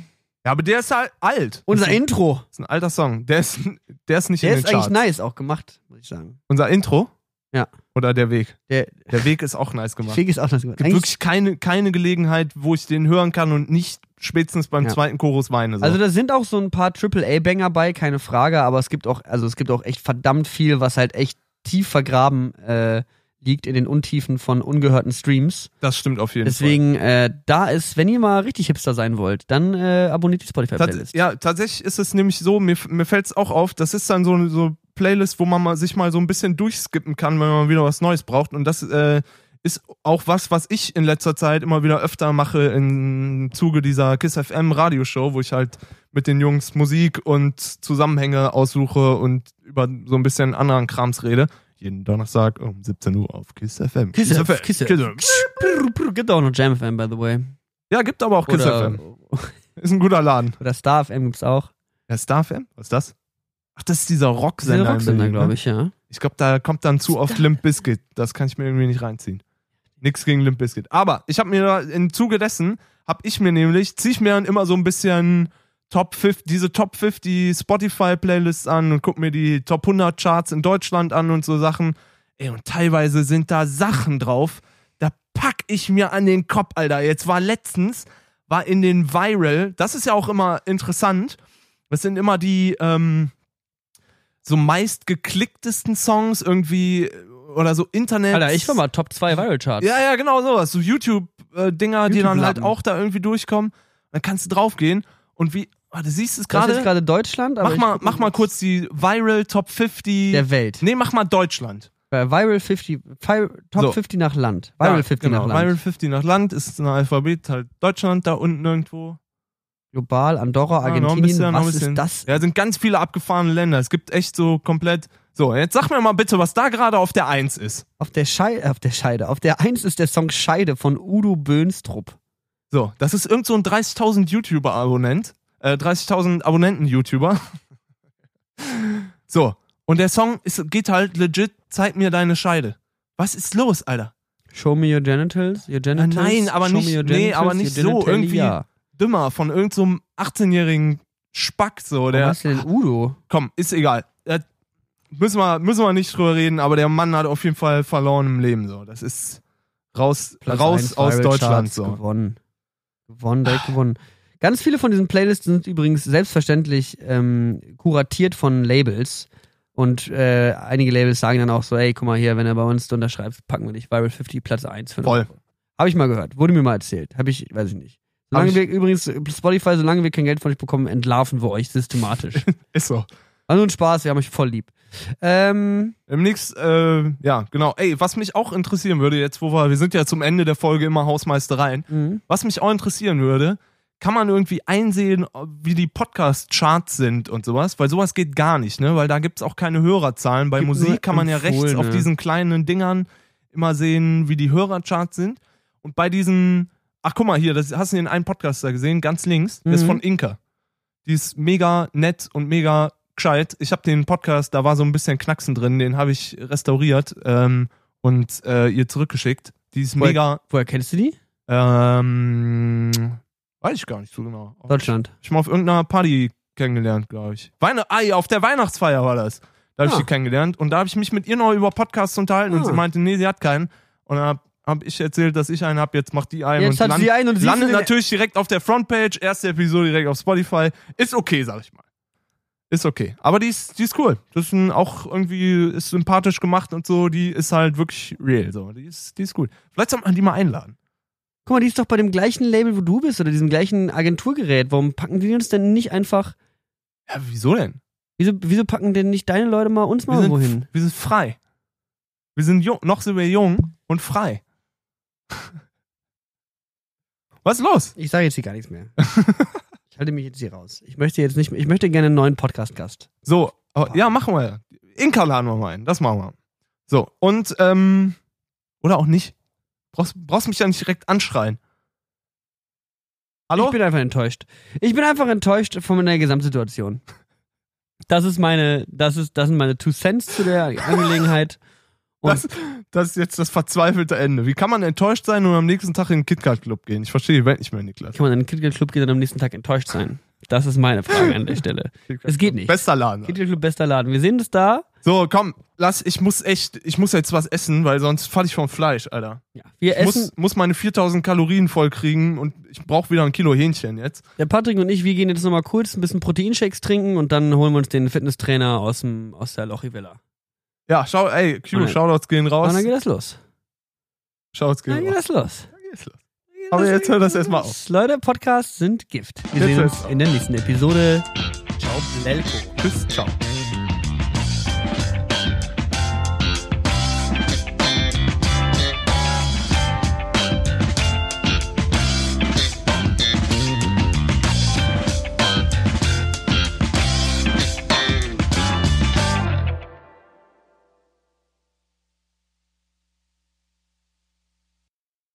B: Ja, aber der ist halt alt.
A: Unser
B: das ist, ein-
A: Intro.
B: ist ein alter Song. Der ist, der ist nicht
A: Der
B: in
A: ist
B: den Charts.
A: eigentlich nice auch gemacht, muss ich sagen.
B: Unser Intro?
A: Ja.
B: Oder der Weg?
A: Der
B: Der Weg ist auch nice gemacht.
A: Fig ist auch nice gemacht.
B: gibt
A: Eigentlich-
B: wirklich keine, keine Gelegenheit, wo ich den hören kann und nicht spätestens beim
A: Ja.
B: zweiten Chorus weine. So.
A: Also da sind auch so ein paar AAA-Banger bei, keine Frage, aber es gibt auch, also es gibt auch echt verdammt viel, was halt echt tief vergraben äh, liegt in den Untiefen von ungehörten Streams.
B: das stimmt auf jeden
A: Deswegen, äh, da ist, wenn ihr mal richtig Hipster sein wollt, dann äh, abonniert die
B: Fall.
A: Spotify-Playlist.
B: ja, tatsächlich ist es nämlich so, mir, mir fällt es auch auf, das ist dann so eine so Playlist, wo man mal, sich mal so ein bisschen durchskippen kann, wenn man wieder was Neues braucht. Und das äh, ist auch was, was ich in letzter Zeit immer wieder öfter mache im Zuge dieser KISS FM Radioshow, wo ich halt mit den Jungs Musik und Zusammenhänge aussuche und über so ein bisschen anderen Krams rede. Jeden Donnerstag um 17 Uhr auf KISS FM.
A: Kiss FM,
B: Kiss
A: Kiss
B: FM. Kiss
A: Prr,
B: FM.
A: prr, Gibt auch noch Jam FM, by the way.
B: Ja, gibt aber auch Kiss
A: Oder,
B: FM. Ist ein guter Laden.
A: oder Star FM gibt's auch.
B: Ja, Star FM? Was ist das? Ach, das ist dieser Rocksender.
A: Diese Rocksender, glaube
B: ich.
A: ich, ja.
B: Ich glaube, da kommt dann zu oft Limp Bizkit. Das kann ich mir irgendwie nicht reinziehen. Nix gegen Limp Bizkit. Aber ich habe mir da- im Zuge dessen, habe ich mir nämlich, ziehe ich mir dann immer so ein bisschen Top 50, diese Top 50 Spotify-Playlists an und guck mir die Top 100 Charts in Deutschland an und so Sachen. Ey, und teilweise sind da Sachen drauf, da pack ich mir an den Kopf, Alter. Jetzt war letztens, war in den Viral, das ist ja auch immer interessant, das sind immer die ähm, so meist geklicktesten Songs irgendwie äh, oder so Internet.
A: Alter, ich war mal Top 2 Viral Charts.
B: Ja, ja, genau sowas. So YouTube-Dinger, die dann halt
A: YouTube-Lappen.
B: auch da irgendwie durchkommen. Dann kannst du draufgehen und wie, ah, du siehst es
A: das ist jetzt
B: gerade.
A: gerade Deutschland, aber
B: Mach
A: ich
B: mal,
A: guck
B: mach mal kurz die Viral Top 50.
A: der Welt.
B: nee, mach mal Deutschland.
A: Bei Viral 50, Fi- Top
B: So.
A: 50 nach Land. Viral
B: Ja,
A: 50
B: genau.
A: nach Land.
B: Viral 50 nach Land ist ein Alphabet, halt Deutschland da unten irgendwo.
A: Global, Andorra,
B: Ja, Ah, noch ein
A: Argentinien.
B: bisschen, noch ein
A: was ist
B: bisschen.
A: das?
B: Ja, sind ganz viele abgefahrene Länder. Es gibt echt so komplett. So, jetzt sag mir mal bitte, was da gerade auf der 1 ist.
A: Auf der, Schei auf der Scheide. Auf der 1 ist der Song Scheide von Udo Böhnstrup.
B: So, das ist irgend so ein 30.000 YouTuber-Abonnent. Äh, 30.000 Abonnenten-YouTuber. <laughs> so, und der Song ist, geht halt legit, zeig mir deine Scheide. Was ist los, Alter?
A: Show me your genitals, your genitals.
B: Ah, nein, aber
A: show
B: nicht-
A: me your
B: nee,
A: genitals,
B: aber
A: your
B: nicht so,
A: genitalia.
B: irgendwie- Dümmer von irgendeinem so einem 18-jährigen Spack, so,
A: Warum
B: der.
A: heißt der denn Udo?
B: Komm, ist egal. Äh, müssen, wir, müssen wir nicht drüber reden, aber der Mann hat auf jeden Fall verloren im Leben, so. Das ist raus,
A: Platz
B: raus
A: eins,
B: aus
A: Viral
B: Deutschland,
A: Charts,
B: so.
A: Gewonnen. Gewonnen, direkt gewonnen. Ganz viele von diesen Playlists sind übrigens selbstverständlich ähm, kuratiert von Labels. Und äh, einige Labels sagen dann auch so, ey, guck mal hier, wenn du bei uns unterschreibst, packen wir dich Viral 50 Platz 1 für eine
B: Voll.
A: Habe ich mal gehört, wurde mir mal erzählt. Habe ich, weiß ich nicht.
B: Hab
A: Solange
B: ich-
A: wir, übrigens, Spotify, solange wir kein Geld von euch bekommen, entlarven wir euch
B: <laughs>
A: systematisch.
B: Ist so.
A: War nur ein Spaß, wir haben euch voll lieb. Ähm,
B: Im nächsten, äh, ja, genau. Ey, was mich auch interessieren würde, jetzt, wo wir, wir sind ja zum Ende der Folge immer Hausmeistereien,
A: mhm.
B: was mich auch interessieren würde, kann man irgendwie einsehen, wie die Podcast-Charts sind und sowas? Weil sowas geht gar nicht, ne? Weil da gibt's auch keine Hörerzahlen. Bei
A: Gibt nur
B: Musik kann man ja rechts auf
A: empfohlene.
B: diesen kleinen Dingern immer sehen, wie die Hörercharts sind. Und bei diesen, ach guck mal hier, das hast du den einen Podcaster gesehen, ganz links, der ist
A: Mhm.
B: von Inka. Die ist mega nett und mega gescheit. Ich habe den Podcast, da war so ein bisschen Knacksen drin, den habe ich restauriert ähm, und äh, ihr zurückgeschickt. Die ist
A: Voll-
B: mega,
A: woher kennst du die?
B: ähm, weiß ich gar nicht so genau.
A: Deutschland.
B: Ich mal auf irgendeiner Party kennengelernt, glaube ich. Weihn ah, ja, auf der Weihnachtsfeier war das. Da habe ich
A: Ah.
B: sie kennengelernt und da habe ich mich mit ihr noch über Podcasts unterhalten und
A: Ah.
B: sie meinte, nee, sie hat keinen. Und dann habe hab ich erzählt, dass ich einen habe, jetzt macht die einen.
A: Jetzt
B: und
A: hat sie einen und sie
B: landet
A: sind in-
B: natürlich direkt auf der Frontpage, erste Episode direkt auf Spotify. Ist okay, sag ich mal. Ist okay. Aber die ist, die ist cool. Das ist ein, auch irgendwie ist sympathisch gemacht und so. Die ist halt wirklich real. So. Die, ist, die ist cool. Vielleicht sollte man die mal einladen.
A: Guck mal, die ist doch bei dem gleichen Label, wo du bist, oder diesem gleichen Agenturgerät. Warum packen die uns denn nicht einfach,
B: Ja, wieso denn?
A: wieso, wieso packen denn nicht deine Leute mal uns
B: Wir
A: mal
B: sind,
A: wohin?
B: wir sind frei. Wir sind jung, noch sind wir jung und frei. <laughs> Was ist los?
A: Ich sage jetzt hier gar nichts <laughs> mehr. ich halte mich jetzt hier raus. Ich möchte jetzt nicht, mehr- ich möchte gerne einen neuen Podcast-Gast.
B: So, aber- ja, machen wir. Inka laden wir mal ein. Das machen wir. So, und, ähm, oder auch nicht. Brauchst, brauchst mich ja nicht direkt anschreien. Hallo?
A: Ich bin einfach enttäuscht. Ich bin einfach enttäuscht von meiner Gesamtsituation. Das ist meine, das ist, das sind meine Two Cents zu der Angelegenheit. Und-
B: das, das ist jetzt das verzweifelte Ende. Wie kann man enttäuscht sein und am nächsten Tag in den KitKat-Club gehen? Ich verstehe die Welt nicht mehr, Niklas.
A: Kann man in den KitKat Club gehen und am nächsten Tag enttäuscht sein? Das ist meine Frage an der Stelle. Es geht nicht.
B: Bester Laden.
A: KitKat Club bester Laden. Wir sehen das da.
B: So, komm, lass, ich muss echt, ich muss jetzt was essen, weil sonst falle ich vom Fleisch, Alter.
A: Ja. Wir
B: Ich
A: essen,
B: muss, muss meine 4000 Kalorien vollkriegen und ich brauche wieder ein Kilo Hähnchen jetzt.
A: der Patrick und ich, wir gehen jetzt nochmal kurz ein bisschen Proteinshakes trinken und dann holen wir uns den Fitnesstrainer aus, dem, aus der Lochivella.
B: Ja, schau, ey, Q,
A: Und dann-
B: Shoutouts gehen
A: Und
B: raus.
A: dann geht das los.
B: Shoutouts
A: Dann
B: gehen
A: geht
B: raus.
A: das los.
B: Genau. Aber jetzt hört das erstmal auf.
A: Leute, Podcasts sind Gift. Wir
B: Jetzt
A: sehen
B: hört's
A: uns
B: auf.
A: in der nächsten Episode.
B: Ciao,
A: Lelko.
B: Tschüss, ciao.